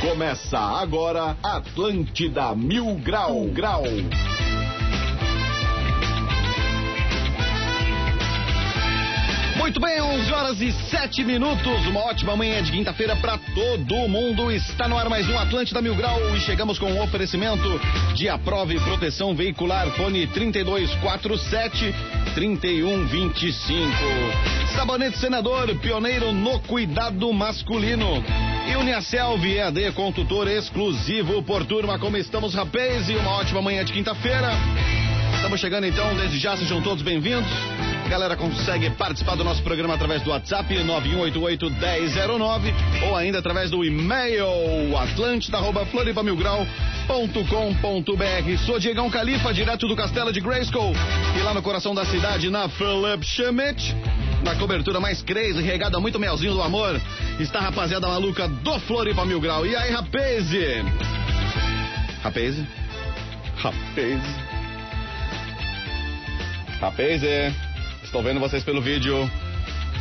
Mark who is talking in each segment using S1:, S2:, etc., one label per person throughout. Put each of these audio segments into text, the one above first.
S1: Começa agora Atlântida Mil Grau Grau. Muito bem, 11 horas e 7 minutos. Uma ótima manhã de quinta-feira para todo mundo. Está no ar mais um Atlântida Mil Grau e chegamos com o um oferecimento de aprova e proteção veicular. Fone 3247 3125. Sabonete Senador, pioneiro no cuidado masculino. E Uniacel VAD com tutor exclusivo por turma. Como estamos, rapaz? E uma ótima manhã de quinta-feira. Estamos chegando então, desde já sejam todos bem-vindos. A galera consegue participar do nosso programa através do WhatsApp 9188-1009 ou ainda através do e-mail atlântida.floripamilgrau.com.br. Sou Diegão Califa, direto do Castelo de Grayskull e lá no coração da cidade, na Philip Schmidt. Na cobertura mais crazy, regada muito melzinho do amor, está a rapaziada maluca do Floripa Mil Grau. E aí, rapaz? Rapaz? Rapaz? Rapaz, é. estou vendo vocês pelo vídeo.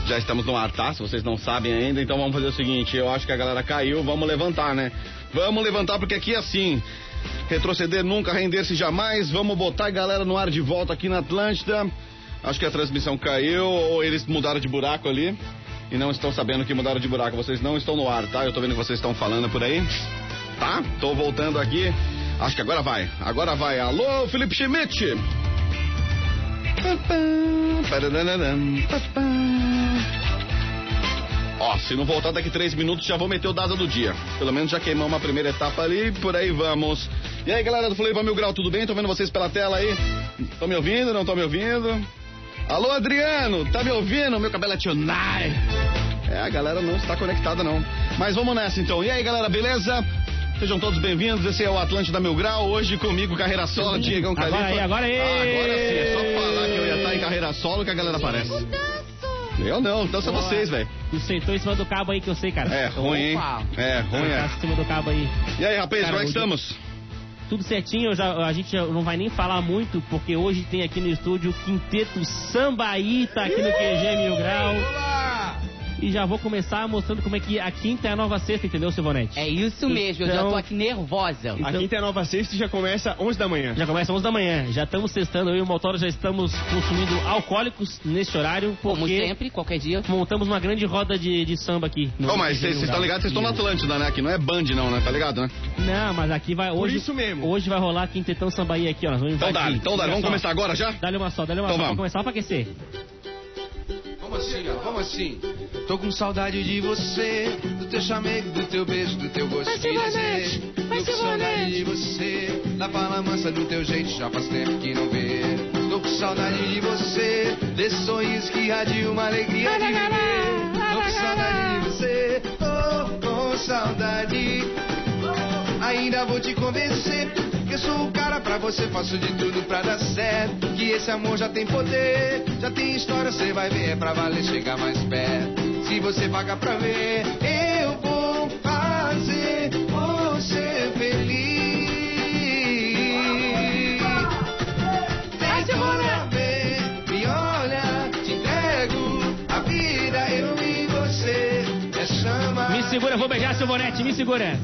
S1: Já estamos no ar, tá? Se vocês não sabem ainda, então vamos fazer o seguinte: eu acho que a galera caiu, vamos levantar, né? Vamos levantar, porque aqui é assim: retroceder nunca, render-se jamais. Vamos botar a galera no ar de volta aqui na Atlântida. Acho que a transmissão caiu, ou eles mudaram de buraco ali e não estão sabendo que mudaram de buraco. Vocês não estão no ar, tá? Eu tô vendo que vocês estão falando por aí, tá? Tô voltando aqui. Acho que agora vai, agora vai. Alô, Felipe Schmidt! Ó, se não voltar daqui três minutos, já vou meter o dado do dia. Pelo menos já queimamos a primeira etapa ali, por aí vamos. E aí, galera do Floripa Mil Grau, tudo bem? Tô vendo vocês pela tela aí. Estão me ouvindo? Não estão me ouvindo? Alô, Adriano, tá me ouvindo? Meu cabelo é tionai. É, a galera não está conectada, não. Mas vamos nessa, então. E aí, galera, beleza? Sejam todos bem-vindos. Esse é o Atlântida Mil Grau. Hoje comigo, carreira solo, Diegão Califa.
S2: Agora aí, agora aí.
S1: Agora sim, é só falar que eu ia estar em carreira solo que a galera aparece. Eu não, então são
S2: Boa.
S1: vocês, velho.
S2: Tu sentou em cima do cabo aí que eu sei, cara.
S1: É, ruim, hein?
S2: Opa.
S1: É, ruim,
S2: Tá
S1: é.
S2: em cima do cabo aí.
S1: E aí, rapaz,
S2: Cara,
S1: como é que
S2: hoje-
S1: estamos?
S2: Tudo certinho, eu já- a gente já não vai nem falar muito, porque hoje tem aqui no estúdio o Quinteto Sambaí, tá aqui no QG Mil Grau. E já vou começar mostrando como é que a quinta é a nova sexta, entendeu, Silvonete?
S3: É isso mesmo, eu já
S2: Então-
S3: tô aqui nervosa.
S2: Então-
S4: A quinta é nova sexta e já começa 11 da manhã.
S2: Já começa às 11 da manhã, já estamos sextando, eu e o Motora já estamos consumindo alcoólicos neste horário, porque
S3: Como sempre, qualquer dia.
S2: montamos uma grande roda de, de samba aqui. no
S1: Ô, mas
S2: QG Mil
S1: vocês
S4: tá
S1: vocês estão
S2: Grau.
S1: ligados, vocês estão na Atlântida, né? Aqui não é Band, não, né? Tá ligado, né?
S2: Não, mas aqui vai hoje.
S4: isso mesmo.
S2: Hoje vai rolar Quintetão Sambaí aqui, ó. Nós vamos
S1: Então
S2: invadir.
S1: dá, então dá.
S2: Olha
S1: Vamos
S2: só.
S1: começar agora já?
S2: Dá-lhe uma só, dá-lhe uma
S1: Então
S2: só. Vamos
S1: vamos.
S2: começar pra aquecer.
S5: Como assim, ó? Como assim? Tô com saudade de você, do teu chamego, do teu beijo, do teu gosto de dizer. Tô com saudade de você, da fala mansa, do teu jeito, já faz tempo que não vê. Tô com saudade de você, desse sorriso que radia uma alegria de viver. Tô com saudade de você, oh, com saudade. Ainda vou te convencer que eu sou o cara pra você. Faço de tudo pra dar certo. Que esse amor já tem poder, já tem história. Você vai ver, é pra valer chegar mais perto. Se você paga pra ver, eu vou fazer você feliz. Vem se ver, me olha, te entrego a vida, eu e você. É chama.
S2: Me segura, eu vou beijar seu bonete, me segura.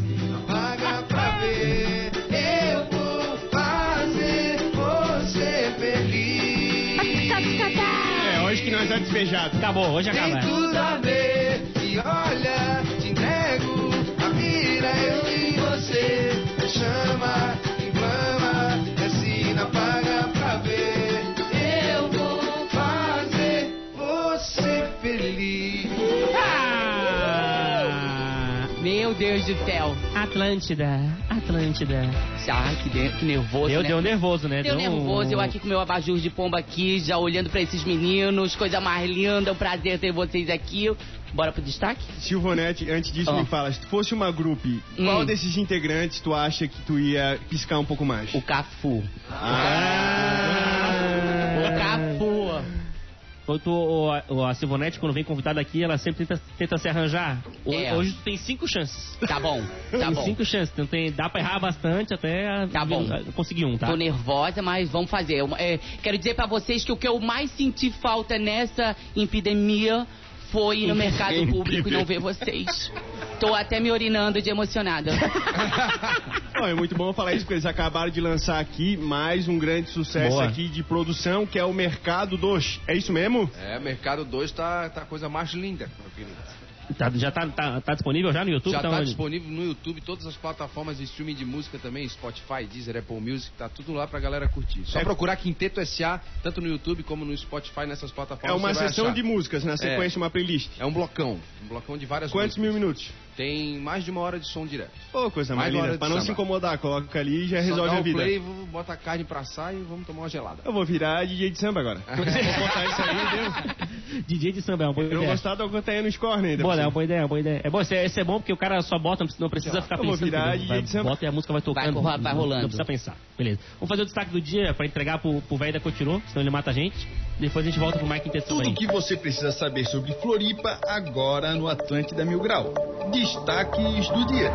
S5: Paga pra ver, eu vou fazer você feliz.
S4: É, hoje que nós é despejado.
S3: Tá
S2: Acabou, hoje acaba.
S5: Tem tudo a ver, e olha, te entrego a vida, é eu e você. Me chama, inflama, ensina, paga pra ver. Eu vou fazer você feliz.
S2: Ah!
S3: Meu Deus do céu.
S2: Atlântida, Atlântida.
S3: Ai, que, ne- que nervoso,
S2: Deu,
S3: né?
S2: deu nervoso, né?
S3: Deu nervoso, eu aqui com meu abajur de pomba aqui, já olhando pra esses meninos, coisa mais linda, um prazer ter vocês aqui. Bora pro destaque?
S4: Silvonete, antes disso,
S3: Ó.
S4: me fala, se tu fosse uma grupo,
S3: Hum.
S4: qual desses integrantes tu acha que tu ia piscar um pouco mais?
S3: O Cafu. O
S4: Ah!
S3: Cafu.
S2: Quanto o, o- a Silvonete, quando vem convidada aqui, ela sempre tenta, tenta se arranjar. O-
S3: É.
S2: Hoje tu tem cinco chances.
S3: Tá bom, tá
S2: tem
S3: bom.
S2: cinco chances. Então tem, dá pra errar bastante até
S3: Tá bom.
S2: conseguir um, tá?
S3: Tô nervosa, mas vamos fazer. Eu, é, quero dizer pra vocês que o que eu mais senti falta nessa epidemia foi ir no mercado público e não ver vocês. Tô até me orinando de emocionada.
S4: Não, é muito bom falar isso, porque eles acabaram de lançar aqui mais um grande sucesso
S2: Boa.
S4: aqui de produção, que é o Mercado dos. É isso mesmo?
S5: É, Mercado 2 tá, tá a coisa mais linda, meu querido.
S2: Tá- já tá, tá- tá disponível já no YouTube?
S5: Já
S2: tá
S5: tá
S2: onde?
S5: disponível no YouTube, todas as plataformas de streaming de música também, Spotify, Deezer, Apple Music, tá tudo lá pra galera curtir. Só
S4: É-
S5: procurar Quinteto SA, tanto no YouTube como no Spotify, nessas plataformas.
S4: É uma
S5: você vai
S4: sessão
S5: achar.
S4: de músicas, na sequência uma playlist.
S5: É um blocão, um blocão de várias
S4: Quantos mil
S5: músicas.
S4: minutos?
S5: Tem mais de uma hora de som direto.
S4: Pô, coisa mais
S5: Mais hora
S4: linda.
S5: de
S4: Pra não
S5: samba.
S4: se incomodar, coloca ali e já
S5: Só
S4: resolve
S5: dá
S4: a
S5: o
S4: vida.
S5: play, vou- bota a carne pra assar e vamos tomar uma gelada.
S4: Eu vou virar DJ de samba agora. vou botar isso aí, deu.
S2: DJ de samba, é uma boa
S4: Eu não
S2: ideia.
S4: gostar do Alcantaria nos corner ainda.
S2: Boa, é
S4: por
S2: uma
S4: cima.
S2: boa ideia, é uma boa ideia. É bom, esse, esse é bom porque o cara só bota, não precisa, não precisa ficar
S4: Eu vou
S2: pensando.
S4: virar
S2: entendeu?
S4: e
S2: Vai,
S4: de samba.
S2: bota e a música vai
S3: Vai
S2: tocando.
S3: corra- vai
S2: não-
S3: rolando.
S2: Não precisa pensar. Beleza. Vamos fazer o destaque do dia pra entregar pro, pro velho da Cotirô, senão ele mata a gente. Depois a gente volta pro Mike Intenso
S6: Tudo
S2: também.
S6: o que você precisa saber sobre Floripa agora no Atlântida Mil Grau. Destaques do dia.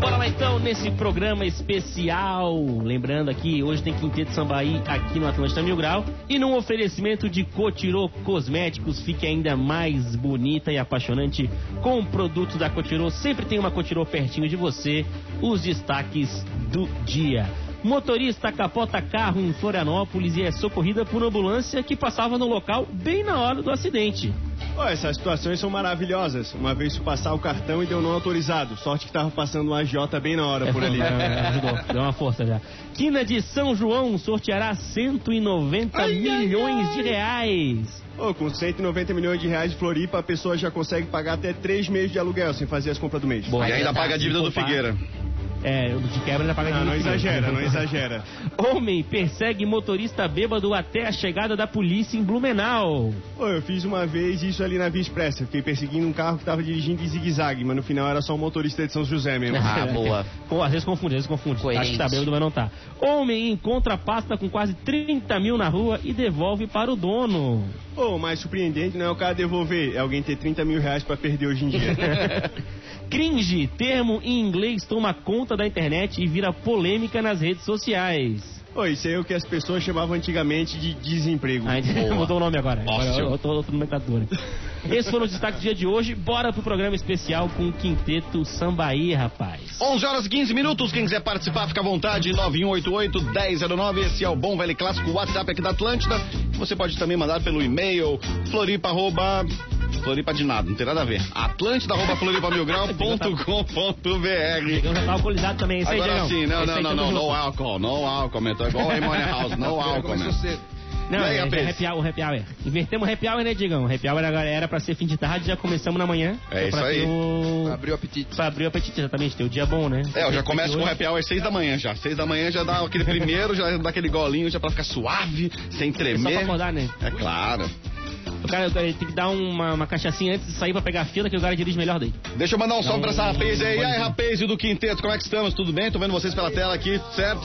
S2: Bora lá então nesse programa especial. Lembrando aqui, hoje tem Quinteto Sambaí aqui no Atlântida Mil Grau. E num oferecimento de Cotirô Cosméticos, fique ainda mais bonita e apaixonante com o produto da Cotirô. Sempre tem uma Cotirô pertinho de você. Os destaques do dia. Motorista capota carro em Florianópolis e é socorrida por ambulância que passava no local bem na hora do acidente.
S4: Ó, essas situações são maravilhosas. Uma vez fui passar o cartão e deu não autorizado. Sorte que tava passando uma agiota bem na hora por ali.
S2: Não, não, É, ajudou, deu uma força já. Quina de São João sorteará 190 milhões de reais.
S4: Ô, com 190 milhões de reais de Floripa, a pessoa já consegue pagar até três meses de aluguel sem fazer as compras do mês.
S2: Bom,
S1: E ainda paga a dívida
S2: tá
S1: do
S2: poupar.
S1: Figueira.
S2: É, de quebra ainda paga
S4: Não, não
S2: dinheiro.
S4: exagera, não exagera.
S2: Homem persegue motorista bêbado até a chegada da polícia em Blumenau.
S4: Ô, eu fiz uma vez isso ali na Via Expressa. Fiquei perseguindo um carro que tava dirigindo em zigue-zague, mas no final era só um motorista de São José mesmo.
S3: Ah, boa.
S2: Pô, às vezes confunde, às vezes confunde.
S3: Coerente.
S2: Acho que tá bêbado, mas não tá. Homem encontra pasta com quase 30 mil na rua e devolve para o dono.
S4: Ô, mas surpreendente não é o cara devolver, é alguém ter 30 mil reais pra perder hoje em dia.
S2: Cringe, termo em inglês, toma conta da internet e vira polêmica nas redes sociais.
S4: Ô, isso aí é o que as pessoas chamavam antigamente de desemprego.
S2: Ah, entendi. mudou o nome agora. agora eu, eu tô outro nomenclador. Esses foram os destaques do dia de hoje. Bora pro programa especial com o Quinteto Sambaí, rapaz.
S1: 11 horas e 15 minutos. Quem quiser participar, fica à vontade. 9188-1009. Esse é o Bom Velho Clássico WhatsApp aqui da Atlântida. Você pode também mandar pelo e-mail floripa. Arroba... Floripa de nada, não tem nada a ver. Ah, Atlântida arroba floripamilgrau.com.br.
S2: Eu já tava alcoolizado também, isso aí,
S1: Agora
S2: Diegão.
S1: sim, não,
S2: Isso
S1: não,
S2: aí,
S1: não,
S2: tamo
S1: não,
S2: junto.
S1: no álcool, no álcool, tá igual a Emone House, no álcool,
S5: Começou
S1: man.
S5: cedo.
S2: Não,
S1: E aí,
S2: é,
S1: rapaz?
S2: é happy hour, happy hour. Invertemos happy hour, né, Digão? Happy hour agora era pra ser fim de tarde, já começamos na manhã.
S1: É
S2: Só pra
S1: isso aí.
S2: ter O...
S5: Abriu o apetite.
S2: Pra abrir o apetite, exatamente, ter o dia bom, né?
S1: É, eu já começo com o
S2: Hoje-
S1: happy hour às seis da manhã já. Seis da manhã já dá aquele primeiro, já dá aquele golinho já pra ficar suave, sem
S2: tá Só pra
S1: tremer.
S2: acordar, né?
S1: É claro.
S2: O cara ele tem que dar uma, uma cachaçinha antes de sair pra pegar a fila, que o cara dirige melhor daí.
S1: Deixa eu mandar um salve pra essa
S2: não,
S1: rapaz aí. E
S2: pode
S1: aí,
S2: não.
S1: rapaz do Quinteto, como é que estamos? Tudo bem? Tô vendo vocês pela tela aqui, certo?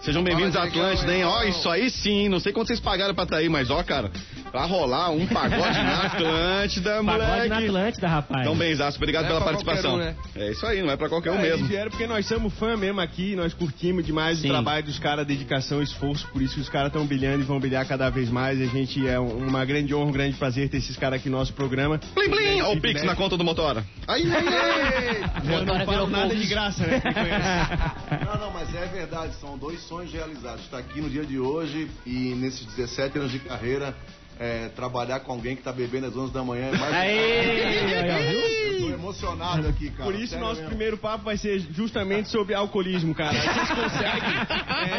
S1: Sejam bem-vindos à
S5: Fala, Diegão,
S1: Atlântida, hein? Ó,
S5: Diegão.
S1: isso aí sim, não sei quanto vocês pagaram pra tá aí, mas ó, cara, pra rolar um pagode na Atlântida,
S2: Pagode na
S1: moleque.
S2: Atlântida, rapaz.
S1: Então, bem, Zasco, obrigado
S5: Não é
S1: pela
S5: pra
S1: participação.
S5: qualquer né?
S1: É isso aí, não é pra qualquer um
S4: Ah,
S1: mesmo.
S4: Eles vieram porque nós somos fã mesmo aqui, nós curtimos demais
S2: Sim.
S4: o trabalho dos caras, dedicação, esforço, por isso que os caras estão brilhando e vão brilhar cada vez mais. A gente é um- uma grande honra, um grande prazer ter esses caras aqui no nosso programa. Né, tipo,
S1: Blim, blim! Ó o Pix na conta do Motora. Aí, aí, aí.
S4: Eu
S3: Agora
S4: não falo
S3: virou
S4: nada
S3: Covid.
S4: de graça, né? Quem conhece.
S7: Não, não, mas é verdade, são dois sonhos realizados. Está aqui no dia de hoje e nesses 17 anos de carreira, é, trabalhar com alguém que está bebendo às 11 da manhã é mais.
S2: Aê! Aí, ó, viu?
S7: Eu tô emocionado aqui, cara.
S4: Por isso,
S7: sério
S4: nosso
S7: mesmo.
S4: primeiro papo vai ser justamente sobre alcoolismo, cara. Vocês conseguem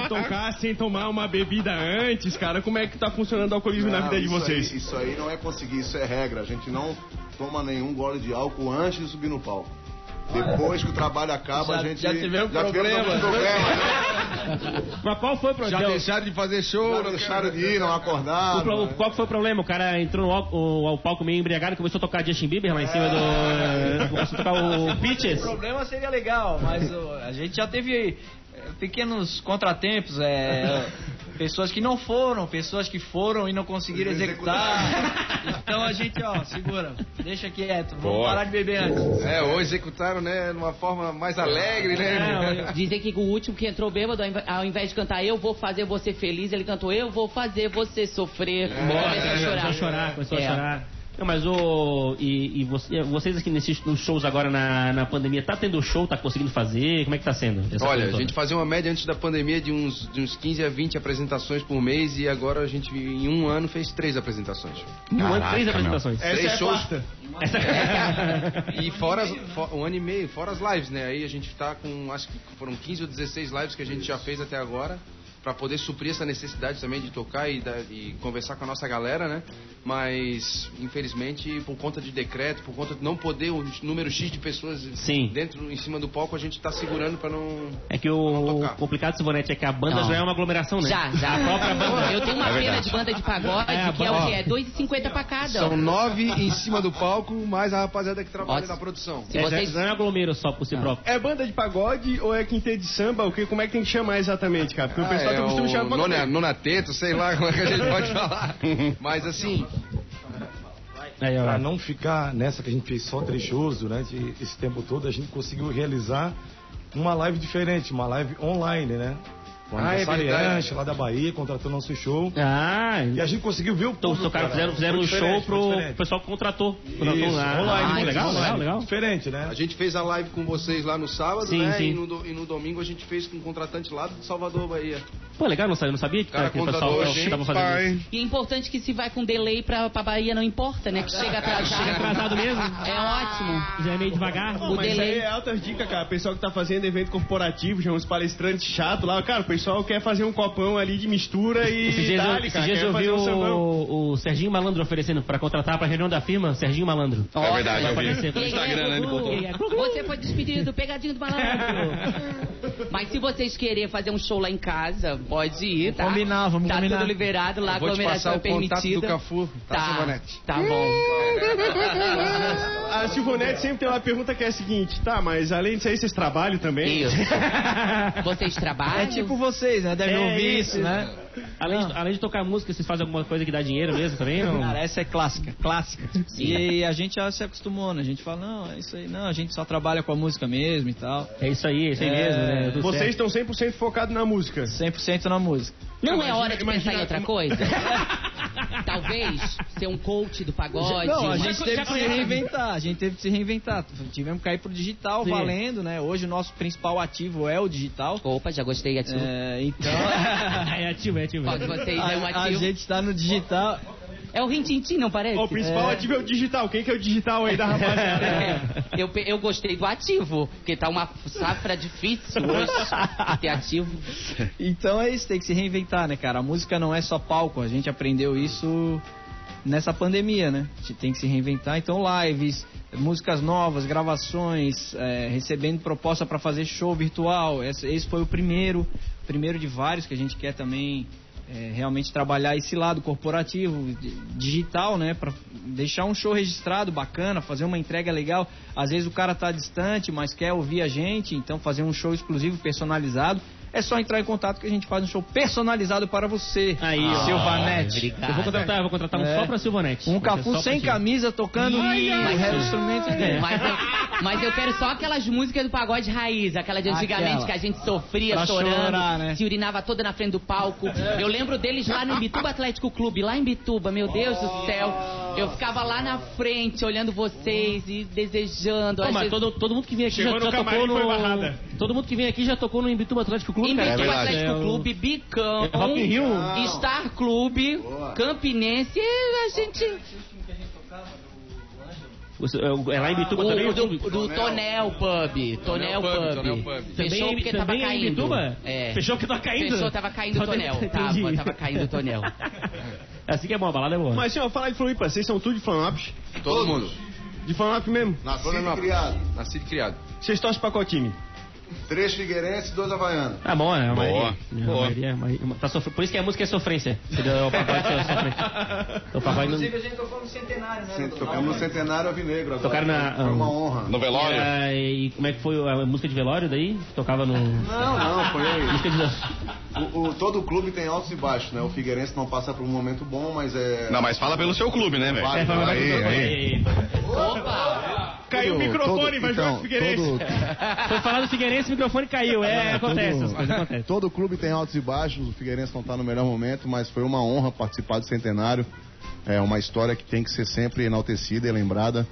S4: é, tocar sem tomar uma bebida antes, cara? Como é que tá funcionando o alcoolismo na
S7: Não,
S4: vida de
S7: isso
S4: vocês?
S7: aí- isso aí não é conseguir, isso é regra. A gente não toma nenhum gole de álcool antes de subir no palco. Depois que o trabalho acaba,
S3: Já-
S7: a gente.
S3: já tivemos
S7: já tivemos
S3: problema.
S7: algum problema, né?
S2: Mas qual foi o
S5: Já
S2: problema?
S5: deixaram de fazer
S7: Já
S5: show, não deixaram
S7: deixaram de ir, não
S2: O
S7: acordaram.
S2: pro-
S7: né?
S2: Qual que foi o problema? O cara entrou no, al- o- ao palco meio embriagado, começou a tocar Justin Bieber lá em cima
S1: É.
S2: do... Começou a tocar o Peaches.
S8: O problema seria legal, mas ó, a gente já teve é, pequenos contratempos, é, pessoas que não foram, pessoas que foram e não conseguiram executar. Então a gente, ó, segura, deixa quieto, vamos
S1: Boa.
S8: parar de beber antes.
S5: É, ou executaram, né, numa forma mais alegre, né?
S8: É,
S3: Dizem que o último que entrou bêbado, ao inve- ao invés de cantar Eu Vou Fazer Você Feliz, ele cantou Eu Vou Fazer Você Sofrer. Começou a
S2: Começou a
S3: chorar.
S2: chorar, começou a
S3: É.
S2: chorar. Não, mas o. E, e você- vocês aqui nesses nos shows agora na, na pandemia, tá tendo show? Tá conseguindo fazer? Como é que tá sendo? essa
S5: Olha,
S2: coisa
S5: a
S2: toda?
S5: gente fazia uma média antes da pandemia de uns, de uns 15 a 20 apresentações por mês e agora a gente, em um ano, fez três apresentações.
S2: Um ano,
S1: Caraca,
S2: três
S1: meu.
S2: apresentações.
S5: Três
S6: Essa é a
S5: shows.
S6: quarta.
S5: Um E fora, as- fo- um ano e meio, fora as lives, né? Aí a gente tá com, acho que foram 15 ou 16 lives que a gente já fez até agora, pra poder suprir essa necessidade também de tocar e, da- e conversar com a nossa galera, né? Mas, infelizmente, por conta de decreto, por conta de não poder o número X de pessoas
S2: Sim.
S5: dentro, em cima do palco, a gente tá segurando pra não...
S2: É que o,
S5: tocar.
S2: complicado, Sibonete, é que a banda
S3: Não.
S2: já é uma aglomeração, né?
S3: Já, já.
S2: A própria banda.
S3: Eu tenho uma
S1: É
S3: pena
S1: verdade.
S3: de banda de pagode,
S2: É, a
S3: que é o
S2: banda-
S3: quê? É 2,50 pra cada.
S5: São nove em cima do palco, mais a rapaziada que trabalha
S3: Ótimo.
S5: na produção.
S3: Se
S2: É, já-
S3: vocês...
S2: já não é aglomero só por si próprio.
S4: É banda de pagode ou é quinteto de samba? O que, como é que tem que chamar exatamente, cara? Porque o
S5: Ah,
S4: pessoal tá
S5: é
S4: tem o costume de chamar
S5: o
S4: de pagode.
S5: nona, nona teto, sei lá como é que a gente pode falar. Mas assim,
S2: Aí, ó.
S9: Para não ficar nessa que a gente fez só três shows durante esse tempo todo, a gente conseguiu realizar uma live diferente, uma live online, né? Com
S5: Ah, é
S9: aniversariante lá da Bahia, contratou nosso show.
S2: Ah,
S9: E a gente conseguiu ver o
S2: então os
S9: público,
S2: tocaram,
S9: cara.
S2: fizeram, fizeram
S9: Foi
S2: um show
S9: diferente, foi
S2: pro
S9: diferente.
S2: o pessoal que contratou. contratou
S9: Isso,
S2: lá.
S9: online,
S2: Ah,
S9: muito
S2: legal, legal,
S9: online.
S2: legal.
S9: Diferente, né?
S5: a gente fez a live com vocês lá no sábado,
S2: Sim,
S5: né?
S2: sim.
S5: E, no, do- e no domingo a gente fez com um contratante lá de Salvador, Bahia.
S2: Pô, legal, não sabia, não sabia que,
S5: Cara,
S2: que o pessoal
S5: contratou a
S2: que tava
S5: gente,
S2: fazendo isso.
S3: E é importante que se vai com delay pra, pra Bahia, não importa, né? Que chega atrasado.
S2: Chega atrasado mesmo?
S3: É ótimo.
S2: Já é meio devagar.
S4: Não, mas isso
S3: delay.
S4: aí é altas dicas, cara. O pessoal que tá fazendo evento corporativo, já uns palestrantes chato lá. Cara, o pessoal quer fazer um copão ali de mistura e
S2: Esses dias, eu-
S4: dá-lhe,
S2: esses
S4: cara.
S2: dias
S4: quer
S2: eu vi
S4: fazer um sambão.
S2: o, o Serginho Malandro oferecendo pra contratar pra reunião da firma. Serginho Malandro.
S1: É verdade,
S2: Vai
S1: eu vi.
S2: aparecer.
S3: No Instagram,
S1: né, ele botou.
S3: Você foi despedido, pegadinho do malandro. Mas se vocês querem fazer um show lá em casa, pode ir, tá?
S8: combinar, vamos
S3: tá
S8: combinar.
S3: tudo liberado lá, a
S5: Vou te
S3: aglomeração
S5: passar
S3: é
S5: o contato
S3: permitida.
S5: do Cafu, tá,
S3: tá,
S5: Sabonete?
S3: tá bom.
S4: A Silvonete Ah, sempre tem uma pergunta que é a seguinte: tá, mas além disso aí, vocês trabalham também?
S3: Isso. Vocês trabalham?
S8: É tipo vocês, né? Devem
S2: É
S8: ouvir
S2: isso.
S8: isso, né?
S2: Além, de, além de tocar música, vocês fazem alguma coisa que dá dinheiro mesmo também? Não?
S8: Cara, essa é clássica, clássica. E a gente já se acostumou, né? A gente fala, não, é isso aí, não, a gente só trabalha com a música mesmo e tal.
S2: É isso aí, é isso aí
S8: É,
S2: mesmo, né? Tudo
S4: Vocês
S2: certo.
S4: estão 100% focados na música.
S8: 100% na música.
S3: Não é
S4: Imagina-
S3: hora de pensar em
S4: imagina-
S3: outra coisa? Talvez ser um coach do pagode.
S8: Não, a
S3: uma-
S8: gente teve que se reinventar, a gente teve que se reinventar. Tivemos que cair pro digital
S2: Sim.
S8: valendo, né? Hoje o nosso principal ativo é o digital.
S3: Opa, já gostei, ativo.
S8: É, então.
S2: É ativo, é ativo.
S3: Qual de vocês é o
S8: A, a
S3: ativo?
S8: gente tá no digital.
S3: É o rintintim, não parece?
S4: Ó, o principal
S8: É.
S4: ativo é o digital. Quem que é o digital aí da rapaziada?
S3: É, eu, pe- eu gostei do ativo, porque tá uma safra difícil hoje ter ativo.
S8: Então é isso, tem que se reinventar, né, cara? A música não é só palco, a gente aprendeu isso nessa pandemia, né? A gente tem que se reinventar. Então, lives, músicas novas, gravações, é, recebendo proposta pra fazer show virtual. Esse, esse foi o primeiro, primeiro de vários que a gente quer também é, realmente trabalhar esse lado corporativo, di- digital, né? Pra deixar um show registrado bacana, fazer uma entrega legal. Às vezes o cara tá distante, mas quer ouvir a gente, então fazer um show exclusivo, personalizado. É só entrar em contato que a gente faz um show personalizado para você.
S2: Aí, ó.
S8: Silvanete.
S2: Eu vou contratar, vou contratar um
S8: Ah, É.
S2: só pra Silvanete.
S8: Um
S2: Vai ser só
S8: Cafu
S2: pra
S8: sem
S2: ti.
S8: camisa tocando
S2: Ih,
S8: o resto do instrumento
S2: É.
S8: dele.
S3: Mas eu, mas eu quero só aquelas músicas do pagode raiz, aquela de antigamente
S8: Aquela.
S3: que a gente sofria
S8: Pra
S3: chorando,
S8: chorar, né?
S3: se urinava toda na frente do palco.
S2: É.
S3: Eu lembro deles lá no Imbituba Atlético Clube, lá em Bituba, meu Deus
S2: Oh.
S3: do céu. Eu ficava lá na frente olhando vocês e
S2: Pô,
S3: desejando. Às
S2: mas
S3: vezes-
S2: todo, todo mundo que vem aqui já,
S4: Chegou no
S2: já
S4: camarim,
S2: tocou no.
S4: foi barrada.
S2: Todo mundo que vem aqui já tocou no Imbituba Atlético Clube, cara.
S3: Imbituba
S1: verdade.
S3: Atlético
S2: É, o-
S3: Clube, Bicão,
S2: É, Rock in Rio.
S3: Star Clube,
S7: Boa.
S3: Campinense, e a gente...
S2: Você- é o- é lá em Imbituba também?
S3: O
S2: o
S3: do,
S2: clube?
S3: do Tonel Pub. Tonel Pub.
S5: Tonel Pub.
S3: Fechou
S2: Também,
S3: porque
S2: também
S3: tava
S2: é em
S3: caindo.
S2: Imbituba?
S3: É.
S2: Fechou que tava caindo?
S3: Fechou, tava caindo
S2: Só
S3: o
S2: tem-
S3: tonel. tá,
S2: Entendi.
S3: Tava, tava caindo o tonel.
S2: assim que é bom, a balada é boa.
S4: Mas assim, ó, fala de Floripa, vocês são tudo de Florianópolis?
S5: Todo mundo.
S4: De Florianópolis mesmo?
S7: Nascido e
S5: Florianópolis.
S7: criado.
S5: Nascido e criado.
S4: Vocês torcem pra qual time?
S7: Três figueirenses, dois havaianos.
S2: Ah, bom, né? A maioria.
S1: Boa.
S2: A maioria- a maioria- tá sofrendo. Por isso que a música é sofrência. Entendeu? É O papai que é sofrência. É O papai não.
S8: a gente tocou no centenário, né?
S7: Cent- Tocamos no É um Centenário Alvinegro agora.
S2: Tocaram na- um,
S7: Foi uma honra.
S1: No velório.
S2: Ah, E como é que foi a música de velório daí? Tocava no.
S7: Não, não, foi
S2: Música de.
S7: O, o- todo clube tem altos e baixos, né? O Figueirense não passa por um momento bom, mas é.
S1: Não, mas fala pelo seu clube, né, velho?
S7: Vai, vai,
S1: Aí, aí.
S2: Aí.
S3: Opa!
S4: Caiu o microfone, vai jogar
S10: então,
S4: com o Figueirense.
S10: todo-
S2: Foi falar do Figueirense, o microfone caiu. É, acontece, essas coisas acontecem.
S7: Tá Todo clube tem altos e baixos, o Figueirense não está no melhor momento, mas foi uma honra participar do centenário. É uma história que tem que ser sempre enaltecida e lembrada.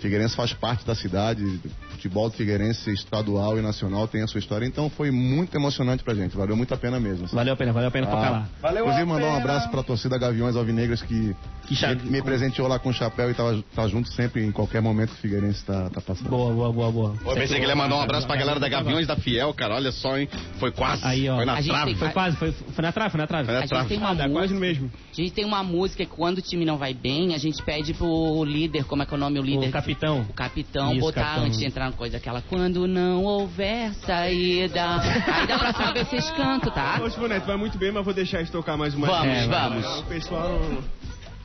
S7: Figueirense faz parte da cidade, o futebol do Figueirense estadual e nacional tem a sua história, então foi muito emocionante pra gente, valeu muito a pena mesmo. assim.
S2: Valeu a pena, valeu a pena pra
S7: Ah,
S2: calar.
S7: Inclusive, mandar um abraço pra torcida Gaviões Alvinegras que,
S2: Que cha-
S7: me- me presenteou lá com o chapéu e tava, tá junto sempre em qualquer momento que o Figueirense tá, tá passando.
S2: Boa, boa, boa, boa.
S1: Eu pensei que ele ia mandar um abraço pra galera da Gaviões da Fiel, cara. Olha só, hein? Foi quase.
S2: Aí, ó.
S1: Foi
S3: A
S1: na
S3: gente
S1: trave.
S3: tem-
S2: Foi quase, foi, foi na trave, foi na trave.
S1: Foi na
S3: A gente
S1: trave.
S3: tem uma
S4: Dá quase
S3: música.
S4: no mesmo.
S3: A gente tem uma música que quando o time não vai bem, a gente pede pro líder, como é que é o nome, o líder?
S2: O capitão.
S3: O capitão
S2: Isso,
S3: botar
S2: capitão.
S3: antes de entrar na coisa aquela quando não houver saída. Aí da próxima vez vocês cantam, tá?
S4: Ô, Silvonete, vai muito bem, mas vou deixar de tocar mais uma
S3: Vamos,
S4: vez.
S3: vamos.
S4: O pessoal...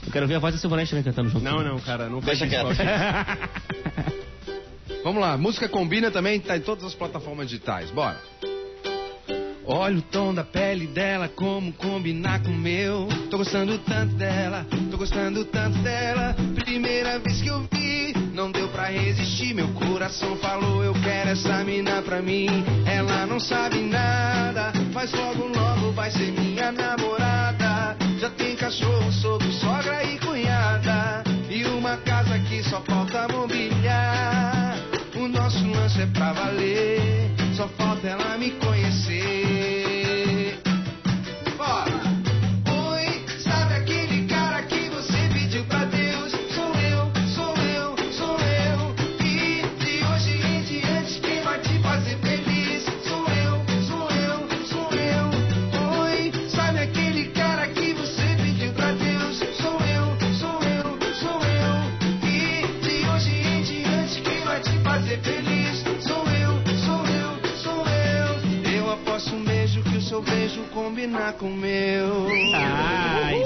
S2: Eu quero ver a voz da Silvanete também cantando junto.
S4: Não, não, cara, não
S1: Deixa
S4: faz isso,
S1: quieto.
S4: Paulo.
S5: Vamos lá, música combina também, tá em todas as plataformas digitais, bora. Olha o tom da pele dela, como combinar com o meu. Tô gostando tanto dela, tô gostando tanto dela. Primeira vez que eu vi, não deu pra resistir. Meu coração falou, eu quero essa mina pra mim. Ela não sabe nada, mas logo logo vai ser minha namorada. Já tem cachorro, sogro, sogra e cunhada. E uma casa que só falta mobiliar. O nosso lance é pra valer, só falta ela me conhecer. Bora! Oi, sabe aquele cara que você pediu pra Deus? Sou eu, sou eu, sou eu. E de hoje em diante quem vai te fazer feliz? Sou eu, sou eu, sou eu. Oi, sabe aquele cara que você pediu pra Deus? Sou eu, sou eu, sou eu. E de hoje em diante quem vai te fazer feliz? Sou eu, sou eu, sou eu. Eu aposto um beijo que o seu beijo combinar com o meu.
S2: Ai,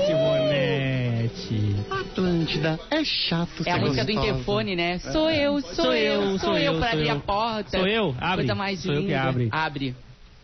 S2: Silvanete.
S10: Atlântida é chato,
S3: É a
S10: ser
S3: música do
S10: gostosa.
S3: interfone,
S2: É.
S3: né? Sou eu, sou, eu, sou, eu, pra
S2: sou
S3: abrir
S2: eu.
S3: a porta.
S2: Sou eu? Abre.
S3: Coisa mais
S2: Sou eu que
S3: linda.
S2: abre.
S3: Abre.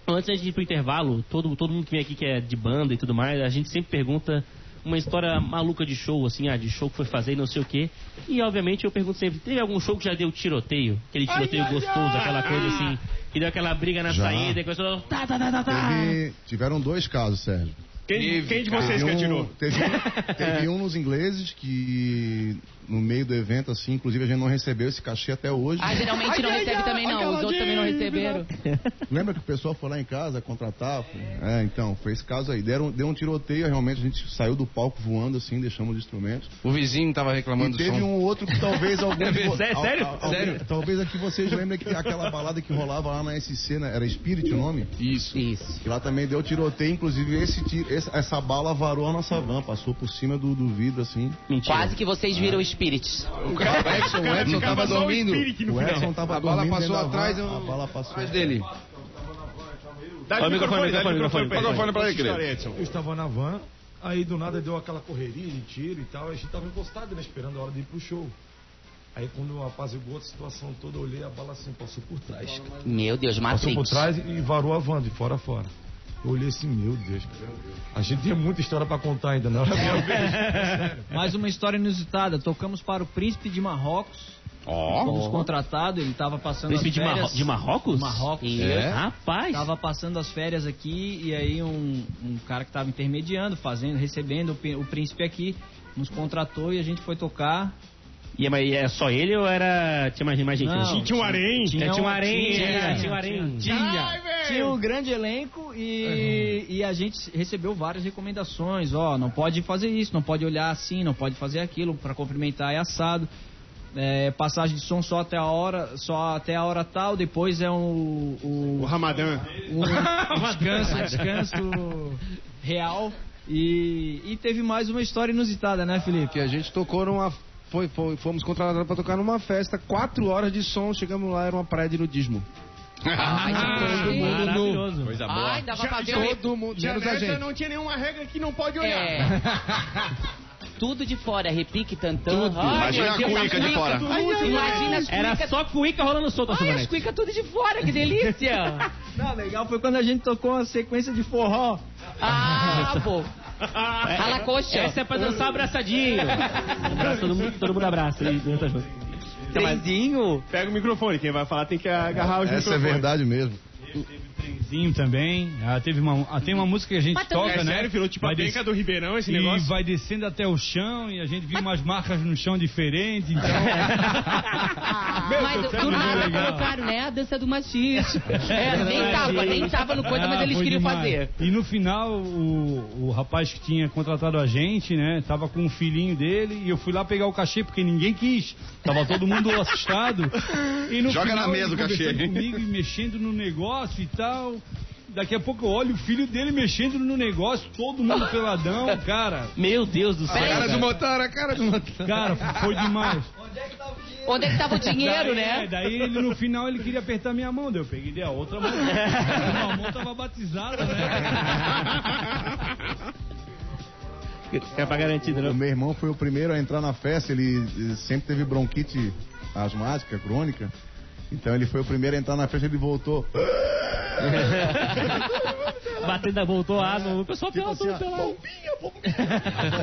S2: Antes da gente ir pro intervalo, todo, todo mundo que vem aqui que é de banda e tudo mais, a gente sempre pergunta uma história maluca de show, assim, ah, de show que foi fazer e não sei o quê. E, obviamente, eu pergunto sempre, teve algum show que já deu tiroteio? Aquele tiroteio gostoso, aquela coisa assim, que deu aquela briga na
S7: Já.
S2: saída, e começou... Tá, tá, tá, tá, tá.
S7: Teve- tiveram dois casos, Sérgio.
S4: Quem, quem de vocês
S7: Teve um-
S4: continuou?
S7: Teve, um- teve um nos ingleses que, no meio do evento, assim, inclusive a gente não recebeu esse cachê até hoje.
S3: Ah, geralmente não recebe também não. Os outros também não receberam.
S7: Lembra que o pessoal foi lá em casa contratar? Foi- É, então, foi esse caso aí. Deram, deu um tiroteio, realmente a gente saiu do palco voando, assim, deixamos os instrumentos.
S5: O vizinho tava reclamando É
S7: E teve um outro que talvez algum. de vo-
S2: Sério?
S7: al- al- alguém-
S5: Sério?
S7: Talvez aqui vocês lembrem que aquela balada que rolava lá na SC, né? era Spirit o nome?
S5: Isso.
S3: Isso.
S7: Que lá também deu tiroteio, inclusive esse, tiro- esse- essa bala varou a nossa van, passou por cima do, do vidro assim.
S2: Mentira.
S3: Quase que vocês viram espíritos.
S5: O cara, o Edson, o Edson tava
S4: Só o
S5: dormindo.
S4: Spirit no
S7: O
S4: final.
S7: Edson tava
S5: A bala
S7: dormindo
S5: passou
S7: dentro da
S5: atrás,
S7: van,
S5: eu-
S7: a bala passou
S5: Atrás dele.
S4: Dá
S2: Ó, microfone,
S4: o microfone, dá o microfone.
S2: microfone,
S4: Microfone pra ele,
S1: querido.
S4: querido.
S9: Eu estava na van, aí do nada deu aquela correria de tiro e tal, a gente estava encostado, né, esperando a hora de ir pro show. Aí quando apaziguou a situação toda, eu olhei a bala assim, passou por trás. cara.
S3: Meu Deus,
S9: Passou por
S3: Matrix.
S9: trás e varou a van de fora a fora. Eu olhei assim, meu Deus, cara. a gente tinha muita história pra contar ainda, não era minha vez.
S8: Mais uma história inusitada. Tocamos para o príncipe de Marrocos.
S1: Ó.
S8: Fomos contratado, ele tava passando
S2: Príncipe
S8: as
S2: de,
S8: férias.
S2: Marro- de Marrocos?
S8: Marrocos.
S2: É. Rapaz.
S8: Tava passando as férias aqui e aí um, um cara que tava intermediando, fazendo, recebendo o, pí- o príncipe aqui, nos contratou e a gente foi tocar.
S2: E é, mas é só ele ou era... Tinha mais, mais gente?
S8: Não.
S2: né?
S4: Tinha um harém.
S2: Tinha, tinha um harém.
S8: tinha,
S2: era, Tinha um
S8: tinha,
S2: harém.
S8: Tinha, tinha um grande elenco e, e a gente recebeu várias recomendações. Ó, não pode fazer isso, não pode olhar assim, não pode fazer aquilo. Pra cumprimentar é assado. É, passagem de som só até a hora, só até a hora tal. Depois é um,
S4: O
S8: o,
S4: Ramadã.
S8: um, um descanso, um descanso real. E, e teve mais uma história inusitada, né, Felipe?
S5: Que a gente tocou numa. Foi, foi- fomos contratados pra tocar numa festa, quatro horas de som, chegamos lá, era uma praia de nudismo. Ah!
S3: Ai,
S2: Ah, Todo
S3: que
S2: mundo maravilhoso.
S3: Ai, dava pra ver o
S5: Todo mundo, menos a
S4: Janeta
S5: gente.
S4: não tinha nenhuma regra que não pode olhar.
S3: É. Tudo de fora, é repique, tantão.
S5: Tudo.
S3: Ai,
S1: Imagina
S3: meu
S1: a
S3: Deus,
S1: cuica de fora.
S3: Imagina as
S2: Era
S3: cuicas.
S2: só cuica rolando solta,
S3: Ai, as
S2: Silvanete.
S3: cuicas tudo de fora, que delícia.
S8: Não, legal foi quando a gente tocou uma sequência de forró.
S3: Ah, pô.
S2: É,
S3: Rala a coxa.
S2: Essa é pra dançar abraçadinho. Abraça todo mundo, todo mundo abraça. e dança junto.
S4: Trenzinho? Então, Pega o microfone, quem vai falar tem que agarrar os
S7: Essa é
S4: microfones.
S7: verdade mesmo.
S11: Sim, também. Ah, teve uma, ah, tem uma música que a gente
S4: Mas também-
S11: toca,
S4: É
S11: né?
S4: sério, virou tipo a
S11: Vai des-
S4: penca do Ribeirão esse
S11: e
S4: negócio?
S11: vai descendo até o chão e a gente viu umas marcas no chão diferentes, então...
S3: Mas do nada colocaram, né? A dança do machista. É,
S11: É
S3: nem tava,
S11: verdade.
S3: nem tava no coisa, mas
S11: Ah,
S3: eles
S11: foi
S3: queriam
S11: demais.
S3: fazer.
S11: E no final, o, o rapaz que tinha contratado a gente, né, tava com um filhinho dele e eu fui lá pegar o cachê porque ninguém quis. Tava todo mundo assustado. E no
S1: Joga
S11: final,
S1: na mesa
S11: ele
S1: o cachê.
S11: conversando comigo e mexendo no negócio e tal. Daqui a pouco eu olho o filho dele mexendo no negócio, todo mundo peladão, cara.
S2: Meu Deus do céu.
S11: Cara do
S5: motor, a cara do motor.
S11: Cara, foi demais.
S3: Onde é que tava o dinheiro,
S11: Daí,
S3: né?
S11: é, daí ele no final ele queria apertar minha mão, daí eu peguei dei a outra mão. A mão tava batizada, né?
S2: É pra garantir,
S7: O meu irmão foi o primeiro a entrar na festa, ele eh, sempre teve bronquite asmática, crônica. Então ele foi o primeiro a entrar na festa, ele voltou.
S2: Batendo, voltou a asa. O pessoal
S7: Tipo
S2: pela
S7: assim, ó,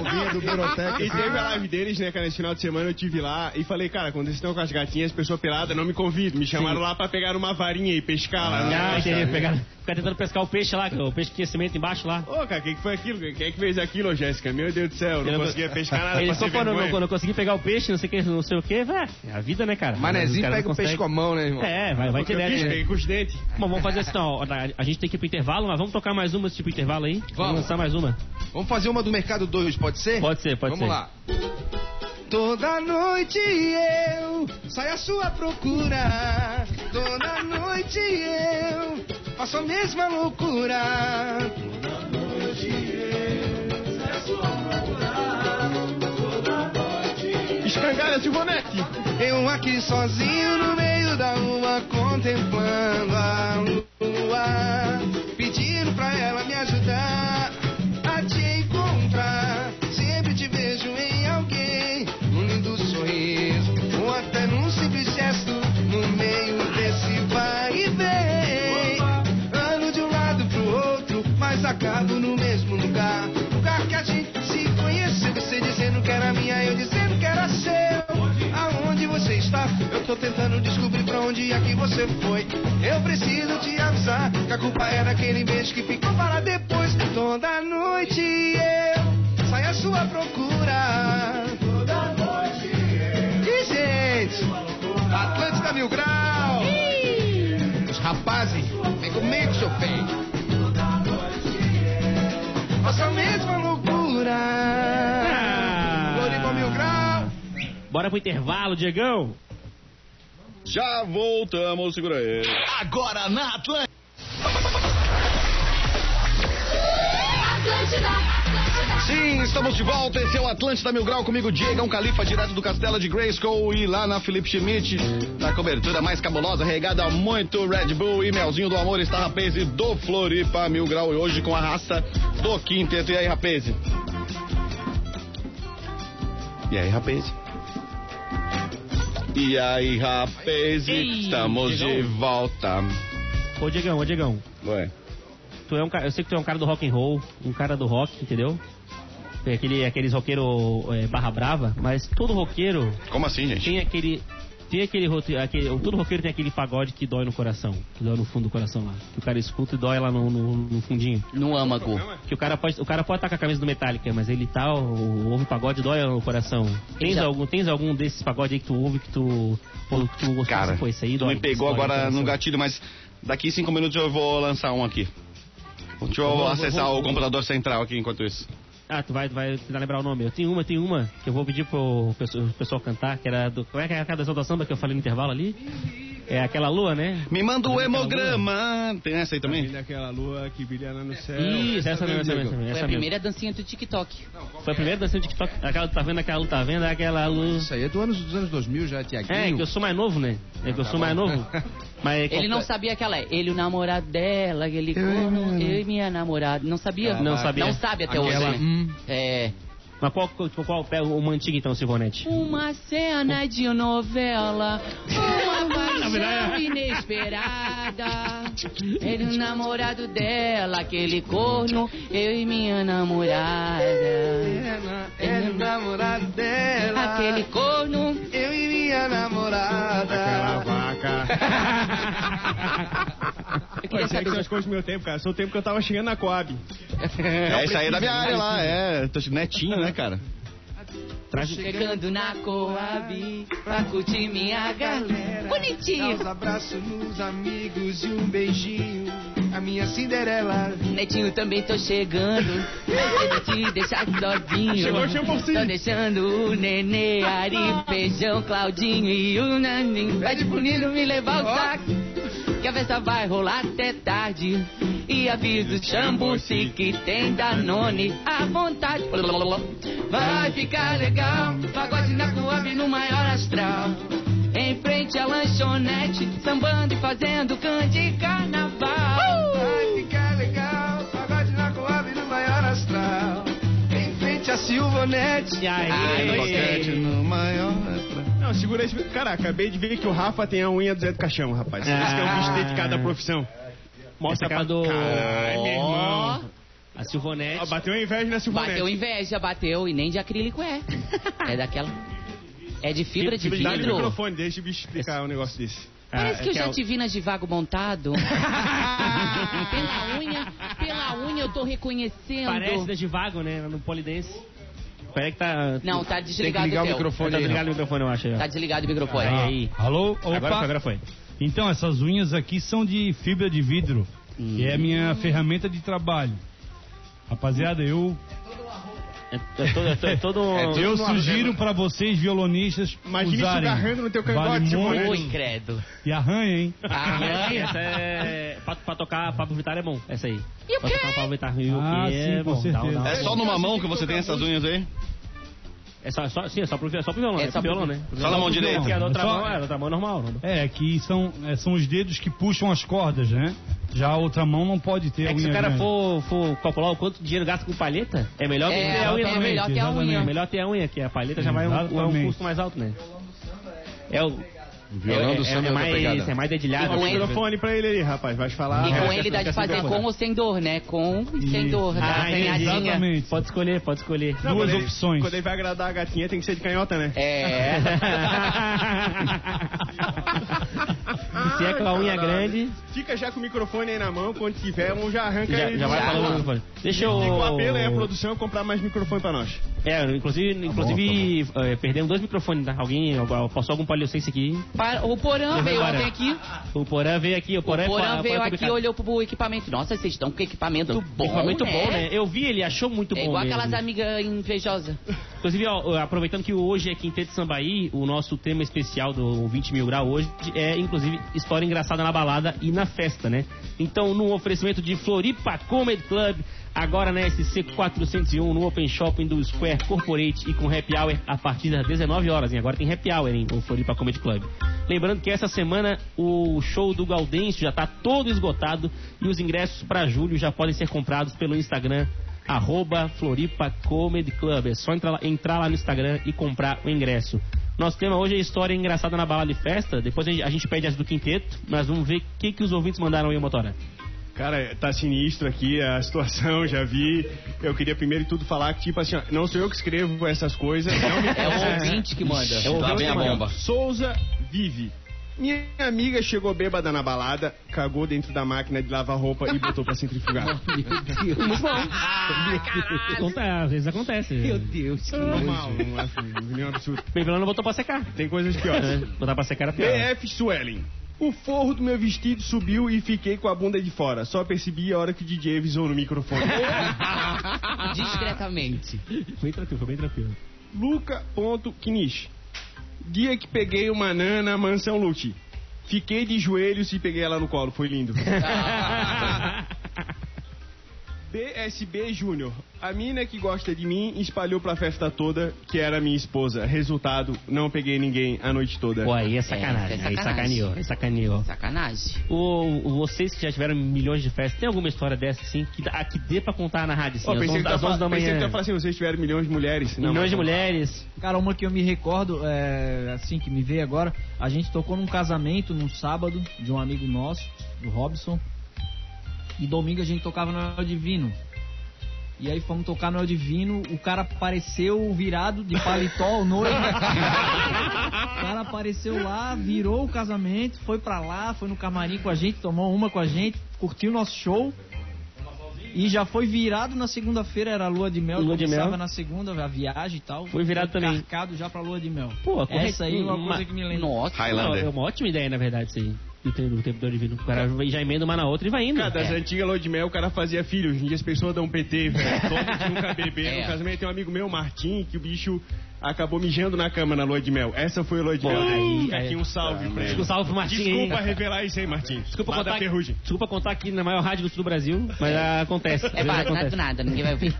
S4: Bombinha
S7: do Berotec.
S4: E teve a live deles, né, cara? Esse final de semana eu tive lá e falei, cara, quando vocês estão com as gatinhas, pessoa pelada, não me convido. Me chamaram lá pra pegar uma varinha e pescar lá. né?
S2: Ah, entendi. Pegar, ficar tentando pescar o peixe lá, o peixe que tinha cimento embaixo lá.
S4: Ô, cara, quem que foi aquilo? Quem é que fez aquilo, ô, Jéssica? Meu Deus do céu, eu não conseguia pescar nada.
S2: Ele
S4: passei
S2: só falou,
S4: vergonha.
S2: quando eu consegui pegar o peixe, não sei o que, não sei o que, velho. É a vida, né, cara?
S4: Manezinho
S2: Os caras
S4: pega
S2: não
S4: o
S2: conseguem.
S4: peixe com a mão, né, irmão?
S2: É, vai, vai
S4: Porque eu
S2: direto.
S4: quis, peguei com os dentes.
S2: Bom, vamos fazer assim, ó. a- A gente tem que ir pro intervalo, mas vamos tocar mais uma esse tipo de intervalo aí? Vamos. lançar mais uma.
S5: Vamos fazer uma do Mercado 2, pode ser?
S2: Pode ser, pode
S5: Vamos
S2: ser.
S5: lá. Toda noite eu saio à sua procura. Toda noite eu faço a mesma loucura.
S4: Escangalha de boneco.
S5: Eu um aqui sozinho no meio da rua contemplando a lua. Pedindo pra ela me ajudar a te encontrar. Sempre te vejo em alguém. Num lindo sorriso ou até num simples gesto. No meio desse vai e vem. Ando de um lado pro outro, mas acabo no mesmo lugar. Um Lugar que a gente se conheceu. Você dizendo que era minha, eu dizendo que era seu. Aonde você está? Eu tô tentando descobrir pra onde é que você foi. Eu preciso te avisar que a culpa é daquele beijo que ficou para depois. Toda noite eu saio à sua procura. Toda noite eu. E gente, Atlântida Mil Grau. Os rapazes, vem comigo, seu bem. Nossa mesma loucura.
S2: Ah!
S5: Floripa Mil Grau.
S2: Bora pro intervalo, Diegão.
S1: Já voltamos, segura aí.
S10: Agora na Atlântida.
S1: Sim, estamos de volta. Esse é o Atlântida Mil Grau comigo, Diego Califa, direto do Castelo de Grayskull e lá na Felipe Schmidt, na cobertura mais cabulosa, regada a muito Red Bull e Melzinho do Amor, está Rapese do Floripa Mil Grau e hoje com a raça do Quinteto. E aí, Rapese? E aí, Rapese? E aí, Rapese?
S2: Ei,
S1: Estamos de
S2: Diegão.
S1: volta.
S2: Ô, Diegão, ô, Diegão.
S1: Ué.
S2: Tu é um cara, eu sei que tu é um cara do rock and roll, um cara do rock, entendeu? Tem aquele, aqueles roqueiro é, barra brava, mas todo roqueiro
S1: Como assim, gente?
S2: tem aquele tem aquele, rote- aquele todo roqueiro tem aquele pagode que dói no coração, que dói no fundo do coração lá, que o cara escuta e dói lá no, no, no fundinho.
S3: No âmago.
S2: Que o cara pode, o cara pode estar com a camisa do Metallica, mas ele tá, o- ouve o pagode e dói no coração. Tens
S1: Já-
S2: algum, tens algum desses pagodes aí que tu ouve que tu, pô, que tu gostou?
S1: Cara,
S2: Pô, esse aí
S1: tu
S2: dói,
S1: me pegou
S2: dói no
S1: agora
S2: coração.
S1: no gatilho, mas daqui cinco minutos eu vou lançar um aqui. Deixa eu
S2: Vou- vou-
S1: acessar
S2: vou-
S1: o computador central aqui enquanto isso.
S2: Ah, tu vai, tu vai tentar lembrar o nome. Eu tenho uma, tem uma que eu vou pedir pro pessoal, pro pessoal cantar, que era do. Como é que é a canção da samba que eu falei no intervalo ali? É aquela lua, né?
S1: Me manda o
S2: Aquela
S1: hemograma. Tem essa aí também?
S4: Aquela lua que brilha lá no céu.
S2: Isso, essa mesmo, essa mesmo.
S3: Foi
S2: essa
S3: a
S2: mesmo.
S3: primeira dancinha do TikTok.
S2: Foi a primeira dança do TikTok. Aquela tá vendo, aquela tá vendo, aquela luz.
S5: Isso aí é do anos, dos anos 2000 já, Tiaguinho. Ah, tá
S2: É, que eu sou mais novo, né? É que eu sou mais novo. Mas
S3: Ele não sabia que ela é. Ele, o namorado dela, ele. Eu, eu e minha namorada. Não sabia?
S2: Não sabia.
S3: Não sabe até
S2: Aquela, hum.
S3: hoje. né? É.
S2: Mas qual, qual, qual pega uma antiga então, Silvonete?
S3: Uma cena de novela, uma
S12: Ah,
S3: paixão
S12: é.
S3: inesperada. Ele, o namorado dela, aquele corno, eu e minha namorada.
S5: Ele namorado dela.
S3: Aquele corno,
S5: Eu e minha minha namorada. Aquela vaca.
S4: Eu queria saber. São as coisas do meu tempo, cara. Sou o tempo que eu tava chegando na Coab.
S1: É, isso aí é da minha área lá, é. Tô netinho, né, cara?
S3: Tô chegando na Coab pra curtir minha galera. Bonitinho.
S5: Dá uns abraços nos amigos e um beijinho. A minha Cinderela.
S3: Netinho, também tô chegando. Não quero te deixar sozinho.
S5: Chegou o
S3: Tô deixando o Nenê, Ari, Feijão, Claudinho e o Naninho. Pede pro Nilo me levar o saco. Que a festa vai rolar até tarde. E aviso o Chambuci que tem Danone à vontade. Vai ficar legal. Pagode na Coab no maior astral. Em frente à lanchonete, sambando e fazendo cante carnaval.
S5: Vai ficar é legal. Pagode na Coab no maior astral. Em frente a Silvonete.
S1: É,
S5: Ah, é
S4: Ai,
S5: Silvonete no maior
S4: Não, segura esse. Cara, acabei de ver que o Rafa tem a unha do Zé do Caixão, rapaz. Esse que é o
S3: Ah.
S4: bicho dedicado à profissão. Mostra
S2: Essa
S4: pra
S2: capa do-
S4: Caralho, meu irmão.
S2: A Silvonete.
S4: bateu inveja na Silvonete.
S3: Bateu inveja, bateu. E nem de acrílico é. É daquela. É de fibra de
S4: Dá no
S3: vidro.
S4: microfone, deixa o bicho explicar um negócio desse.
S3: Parece
S4: Ah,
S3: que eu
S4: é
S3: já
S4: o-
S3: te vi na de vago montado. pela unha, pela unha eu tô reconhecendo.
S2: Parece da Divago, né? No Polidense. Peraí que tá.
S3: Não, tá
S2: Tem que
S3: desligado
S2: ligar
S3: o teu.
S2: Tá
S3: Tá
S2: desligado
S3: desligado
S2: o microfone, eu acho.
S3: Tá desligado o microfone.
S11: Ah, Alô? Opa.
S2: Agora foi, agora foi.
S11: Então, essas unhas aqui são de fibra de vidro, que é a
S2: Hum.
S11: minha ferramenta de trabalho. Rapaziada, eu.
S2: É todo, é todo- é todo um-
S11: eu
S2: todo um
S11: sugiro pra vocês, violonistas,
S2: Imagina isso
S11: usarem.
S2: agarrando no teu cangote,
S11: vale
S2: tipo,
S11: muito.
S2: oi,
S3: credo.
S11: E arranha, hein?
S2: Arranha. Ah, Essa é. Pra, pra tocar Pablo Vittar é bom, essa aí. Pra tocar Pablo Vittar Rio,
S11: Ah,
S2: que é
S11: sim, com
S2: bom. Dá um-
S11: certeza.
S2: dá um-
S1: É só numa mão que você tem essas unhas aí?
S2: É só, só, sim, é só pro, vi- é só pro violão,
S1: É
S2: é, pro
S1: só pro-
S2: violão, né?
S1: Só na mão direita.
S2: Porque a da outra
S1: Só-
S2: mão é, a outra mão é normal. Não.
S11: É, que são, é, são os dedos que puxam as cordas, né? Já a outra mão não pode ter
S2: É
S11: a
S2: que se
S11: unha
S2: o cara
S11: grande.
S2: for, for calcular o quanto dinheiro gasta com palheta, é melhor
S11: É,
S2: ter a unha
S11: é
S2: também.
S11: melhor ter a unha.
S2: É melhor ter a unha, que a palheta já vai um, é um
S11: Exatamente.
S2: custo mais alto, né? É o...
S1: Violão
S2: é,
S1: do
S2: é,
S1: samba é
S2: é,
S1: outra
S2: mais,
S1: pegada.
S2: é mais dedilhado.
S4: Dá o
S2: né?
S4: microfone pra ele aí, rapaz. Vai falar.
S3: E com ele dá de fazer com ou sem dor, né? Com e sem dor. Dá uma
S4: Ah, entendi.
S3: arranhadinha.
S4: Exatamente.
S2: Pode escolher, pode escolher.
S4: Não,
S2: Duas
S4: quando ele-
S2: opções.
S4: quando ele vai agradar a gatinha, tem que ser de canhota, né?
S3: É.
S4: Se
S2: é com a unha grande-
S4: Fica já com o microfone aí na mão, quando tiver um já arranca
S2: Já-
S4: ele.
S2: já vai falando no microfone. Deixa eu-
S4: O apelo é a produção comprar mais microfone pra nós.
S2: É, inclusive, inclusive eh, perdemos dois microfones, tá? Alguém, algum- passou algum paleocense aqui.
S3: Para- O Porã
S2: Levou
S3: veio
S2: embora.
S3: ontem aqui.
S2: O Porã veio aqui, o
S3: O
S2: Porã, é pa-
S3: Porã
S2: é
S3: veio aqui,
S2: publicado.
S3: olhou pro equipamento. Nossa, vocês estão com equipamento bom,
S2: Equipamento
S3: né?
S2: bom, né? Eu vi, ele achou muito
S3: É
S2: bom.
S3: igual
S2: mesmo.
S3: aquelas amigas invejosas.
S2: Inclusive, ó, aproveitando que hoje é Quinteto Sambaí, o nosso tema especial do 20 mil grau hoje é, inclusive, história engraçada na balada e na festa, né? Então, num oferecimento de Floripa Comedy Club, agora na SC401, no Open Shopping do Square Corporate e com Happy Hour a partir das 19 horas, hein? Agora tem Happy Hour, hein? O Floripa Comedy Club. Lembrando que essa semana o show do Gaudêncio já tá todo esgotado e os ingressos para julho já podem ser comprados pelo Instagram arroba Floripa Comedy Club. É só entrar lá, entrar lá no Instagram e comprar o ingresso. Nosso tema hoje é história engraçada na balada e festa. Depois a gente, a gente pede as do quinteto, mas vamos ver o que, que os ouvintes mandaram aí, Motora.
S4: Cara, tá sinistro aqui a situação, já vi. Eu queria primeiro de tudo falar que, tipo assim, ó, não sou eu que escrevo essas coisas. Não me...
S5: É o ouvinte que manda.
S4: É o
S5: Lá
S4: ouvinte
S5: vem
S4: que
S5: a
S4: manda.
S5: bomba.
S4: Souza vive. Minha amiga chegou bêbada na balada, cagou dentro da máquina de lavar roupa e botou pra centrifugar.
S2: Muito bom. Acontece, às vezes acontece. Meu Deus, que
S4: é normal. Não acho nenhum absurdo.
S2: Bem, pelo menos não botou pra secar. É,
S4: Tem coisas piores.
S2: Botar pra secar era pior.
S4: BF Suelen. O forro do meu vestido subiu e fiquei com a bunda de fora. Só percebi a hora que o DJ avisou no microfone.
S3: Discretamente.
S2: Bem tranquilo, foi bem tranquilo.
S4: Luca.Kinish. Dia que peguei uma nana mansão Lute. Fiquei de joelhos e peguei ela no colo. Foi lindo. BSB Júnior. A mina que gosta de mim espalhou pra festa toda que era minha esposa. Resultado, não peguei ninguém a noite toda.
S2: Pô, aí é sacanagem,
S4: É,
S2: aí
S4: sacanagem.
S2: sacaneou, aí sacaneou.
S3: Sacanagem.
S2: O, o- vocês que já tiveram milhões de festas, tem alguma história dessa, assim, que, dá- que dê pra contar na rádio, assim,
S4: Ó,
S2: às
S4: pensei
S2: onze-
S4: que tá
S2: às 11 da
S4: pensei que tu
S2: manhã?
S4: ia falar assim, vocês tiveram milhões de mulheres. Não,
S2: Milhões de
S4: mas-
S2: mulheres.
S8: Cara, uma que eu me recordo, é, assim que me veio agora, a gente tocou num casamento num sábado de um amigo nosso, do Robson. E domingo a gente tocava no El Divino. E aí fomos tocar no El Divino, o cara apareceu virado de paletó, noivo. O cara apareceu lá, virou o casamento, foi pra lá, foi no camarim com a gente, tomou uma com a gente, curtiu nosso show. E já foi virado na segunda-feira, era a lua de mel,
S2: Lua de
S8: começava
S2: mel.
S8: na segunda, a viagem e tal.
S2: Foi virado também.
S8: Marcado já pra lua de mel.
S2: Pô, corre-
S8: essa aí é uma coisa que me lembra.
S2: Nossa, é uma ótima ideia, na verdade, isso aí. Do tempo, do tempo do Divino. O cara já emenda uma na outra e vai indo.
S4: Cara, das
S2: É.
S4: antigas Lua de Mel, o cara fazia filho. Hoje em dia as pessoas dão PT, velho. Todo dia um KBB
S2: É.
S4: no casamento. Tem um amigo meu, Martim, que o bicho acabou mijando na cama na Lua de Mel. Essa foi a Lua de
S2: Pô,
S4: Mel.
S2: aí,
S4: Fica
S2: aí.
S4: aqui um salve pra ele.
S2: Um salve pro Martim
S4: Desculpa
S2: aí.
S4: revelar isso aí, Martim.
S2: Desculpa
S4: Lá
S2: contar,
S4: da
S2: aqui-
S4: Ferrugem.
S2: desculpa contar aqui na maior rádio do sul do Brasil, mas ah, acontece. Às
S3: É
S2: vezes
S3: barato, não é
S2: acontece.
S3: do nada, ninguém vai ouvir.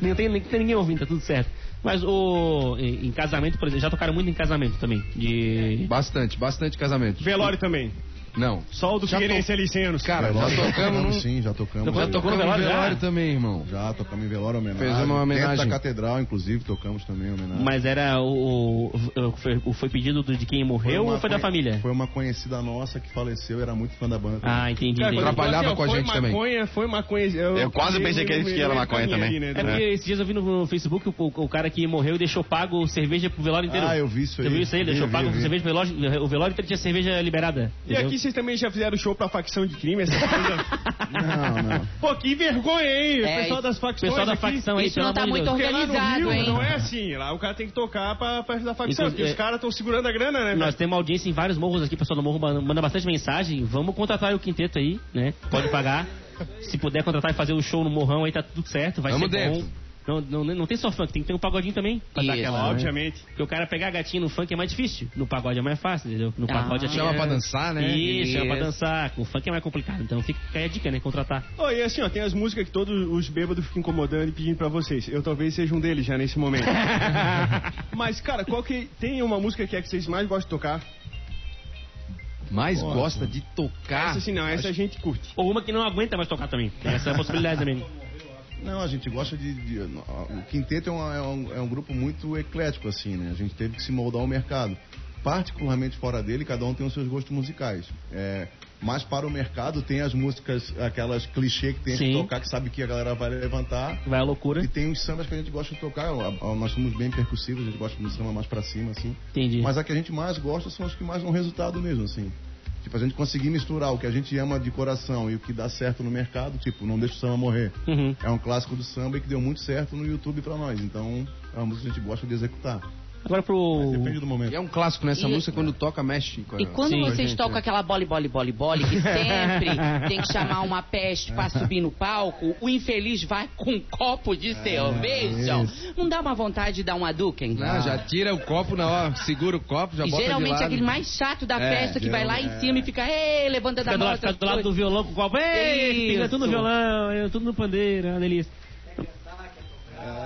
S2: Não tem, não tem ninguém ouvindo, tá tudo certo. Mas o. Em em casamento, por exemplo, já tocaram muito em casamento também. De.
S5: Bastante, bastante casamento.
S4: Velório também.
S5: Não.
S4: Só o do
S5: Já
S4: Figueirense é Licenos.
S5: Cara, já tocamos num-
S7: Sim, já tocamos.
S5: Já tocamos no velório também, irmão.
S7: Já tocamos em velório homenagem.
S5: Fez uma homenagem.
S7: Dentro da catedral, inclusive, tocamos também homenagem.
S2: Mas era o. o- foi, foi pedido do- de quem morreu
S7: uma
S2: ou foi da
S7: conhe-
S2: família?
S7: Foi uma conhecida nossa que faleceu, era muito fã da banda.
S2: Ah, entendi. entendi.
S4: maconha, foi maconha. Eu,
S7: quase pensei que ele- que era maconha
S4: caminhei
S7: também.
S4: ali, né?
S2: É porque esses dias eu vi no, no Facebook o, o- o cara que morreu deixou pago cerveja pro velório inteiro.
S7: Ah, eu vi isso
S2: Você
S7: aí.
S2: viu isso aí?
S7: Vi,
S2: Deixou
S7: vi,
S2: pago
S7: vi. é
S2: cerveja pro velório. O velório inteiro tinha cerveja liberada.
S4: E aqui vocês também já fizeram show pra facção de crime, essas coisas?
S7: não, não.
S4: Pô, que vergonha, hein? O
S3: É,
S4: pessoal das
S2: o
S4: facções
S2: pessoal da
S4: aqui-
S2: facção aí, Isso pelo não tá amor de muito Deus.
S4: Porque lá no
S2: organizado,
S4: Rio
S2: hein? é.
S4: Não é assim, lá o cara tem que tocar pra, pra da facção, porque os caras estão segurando a grana, né?
S2: Nós
S4: velho?
S2: temos audiência em vários morros aqui, o pessoal do morro manda- manda bastante mensagem. Vamos contratar o quinteto aí, né? Pode pagar. Se puder contratar e fazer o show no morrão aí, tá tudo certo, vai
S5: Vamos
S2: ser
S5: dentro.
S2: bom. Não, não, não tem só funk, tem que ter um pagodinho também. pra dar
S5: Isso,
S2: aquela, né?
S4: obviamente.
S2: Porque o cara pegar a gatinha no funk é mais difícil. No pagode é mais fácil, entendeu? No
S5: Ah.
S2: pagode já
S5: Chama pra dançar, né?
S2: Isso, chama pra
S5: Isso.
S2: dançar. Com o funk é mais complicado. Então fica aí a dica, né? Contratar.
S4: Ô, e assim, ó, tem as músicas que todos os bêbados ficam incomodando e pedindo pra vocês. Eu talvez seja um deles já nesse momento. Mas, cara, qual que. Tem uma música que é que vocês mais gostam de tocar?
S5: Mais gosta de tocar.
S4: Essa sim, não, essa a gente curte.
S2: Ou uma que não aguenta mais tocar também. Tem Essa é a possibilidade também.
S7: Não, a gente gosta de. de- o Quinteto é, uma- é um, é um grupo muito eclético, assim, né? A gente teve que se moldar ao mercado. Particularmente fora dele, cada um tem os seus gostos musicais. É, mas para o mercado tem as músicas, aquelas clichê que tem
S2: Sim.
S7: que tocar, que sabe que a galera vai levantar.
S2: Vai à loucura.
S7: E tem os sambas que a gente gosta de tocar. a- a- Nós somos bem percussivos, a gente gosta de um samba mais pra cima, assim.
S2: Entendi.
S7: Mas a que a gente mais gosta são as que mais dão resultado mesmo, assim. Tipo, a gente conseguir misturar o que a gente ama de coração e o que dá certo no mercado, tipo, não deixa o samba morrer.
S2: Uhum.
S7: É um clássico do samba e que deu muito certo no YouTube pra nós. Então, é uma música que a gente gosta de executar.
S2: Agora pro.
S7: Depende do momento.
S5: É um clássico, né? Essa
S7: E-
S5: música, quando toca, mexe com a-
S3: E quando
S5: com a
S3: vocês
S5: gente,
S2: é.
S3: tocam
S5: né?
S3: aquela bole, bole, bole, bole, que sempre tem que chamar uma peste pra subir no palco, o infeliz vai com um copo de
S2: É,
S3: cerveja. Não dá uma vontade de dar um uma Duken?
S5: Não, Ah, já tira o copo na hora, segura o copo, já
S3: E
S5: bota de
S3: geralmente
S5: lado.
S3: é aquele mais chato da
S5: É,
S3: festa que vai lá em
S5: geral-
S3: cima e fica, ei, levanta
S2: Fica
S3: da
S2: do,
S3: mão.
S2: lado, fica do lado do violão com o copo. Ei,
S3: Isso.
S2: pega tudo no violão, eu tudo no pandeiro, é uma delícia.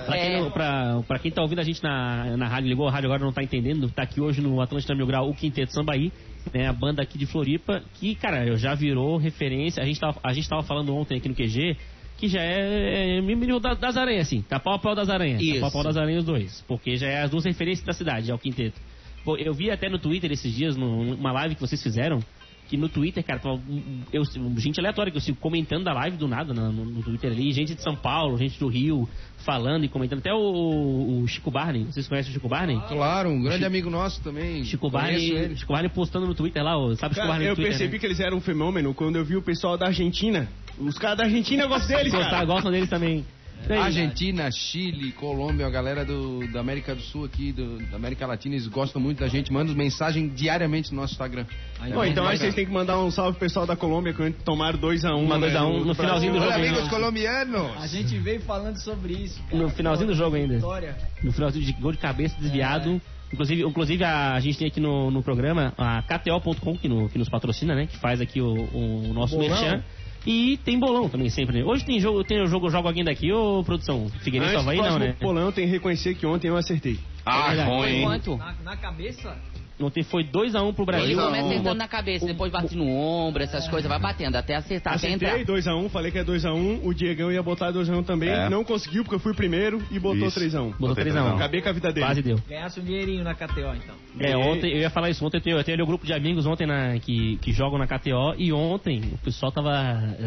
S2: Pra quem, não- pra- pra quem tá ouvindo a gente na, na rádio, ligou a rádio agora e não tá entendendo, tá aqui hoje no Atlântida Mil Grau, o Quinteto Sambaí, né, a banda aqui de Floripa, que, cara, eu já virou referência, a gente tava, a gente tava falando ontem aqui no QG, que já é, é mínimo da- das aranhas, assim, tá pau a pau das aranhas, tá
S3: Isso.
S2: pau a pau das aranhas os dois, porque já é as duas referências da cidade, é o Quinteto. Pô, eu vi até no Twitter esses dias, num- numa live que vocês fizeram, que no Twitter, cara, tava, um- eu, gente aleatória que eu sigo comentando da live do nada na- no, no Twitter ali, gente de São Paulo, gente do Rio, falando e comentando. Até o, o Chico Barney, vocês conhecem o Chico Barney?
S5: Claro, um grande amigo nosso também.
S2: Chico
S5: Conheço
S2: Barney,
S5: ele.
S2: Chico Barney postando no Twitter lá, ó, sabe o Chico
S4: Cara,
S2: Barney no
S4: eu
S2: Twitter?
S4: percebi
S2: né?
S4: que eles eram um fenômeno quando eu vi o pessoal da Argentina. Os caras da Argentina gostam deles,
S2: Gostar-
S4: cara. Ah,
S2: Gostam deles também. Daí-
S4: né?
S5: Argentina, Chile, Colômbia, a galera do, da América do Sul aqui, do- da América Latina, eles gostam muito da gente, mandam mensagem diariamente no nosso Instagram.
S4: Bom, então acho que vocês têm que mandar um salve pro pessoal da Colômbia que tomaram 2x1.
S2: Uma 2 a 1 no finalzinho do jogo.
S5: Olha,
S2: ainda.
S5: amigos colombianos!
S8: A gente veio falando sobre isso. cara.
S2: No finalzinho do jogo ainda.
S8: Vitória.
S2: No finalzinho de gol de cabeça desviado.
S4: É.
S2: Inclusive, inclusive a, a gente tem aqui no, no programa a KTO.com, que, no- que nos patrocina, né? Que faz aqui o, o nosso
S4: Bolão.
S2: merchan. E tem bolão também sempre, né? Hoje tem jogo, tem o jogo, eu jogo alguém daqui, ô produção? Figueiredo só
S4: Antes,
S2: vai não,
S4: próximo
S2: né?
S4: bolão tem que reconhecer que ontem eu acertei.
S2: É verdade.
S8: Na, na cabeça?
S2: Ontem foi 2x1 pro Brasil.
S3: Ele começa
S2: Um-
S3: acertando na cabeça, depois bate no ombro,
S2: É.
S3: essas coisas, vai batendo até acertar, até entrar.
S4: Acertei 2x1, falei que é 2x1, o Diegão ia botar 2x1 também,
S7: É.
S4: não conseguiu porque eu fui primeiro e botou 3x1.
S2: Botou 3x1.
S4: Acabei com a vida dele.
S2: Quase deu.
S8: Ganhasse um dinheirinho na KTO, então.
S2: É, ontem, eu ia falar isso, ontem eu tenho, eu tenho ali o grupo de amigos ontem na, que, que jogam na KTO e ontem o pessoal tava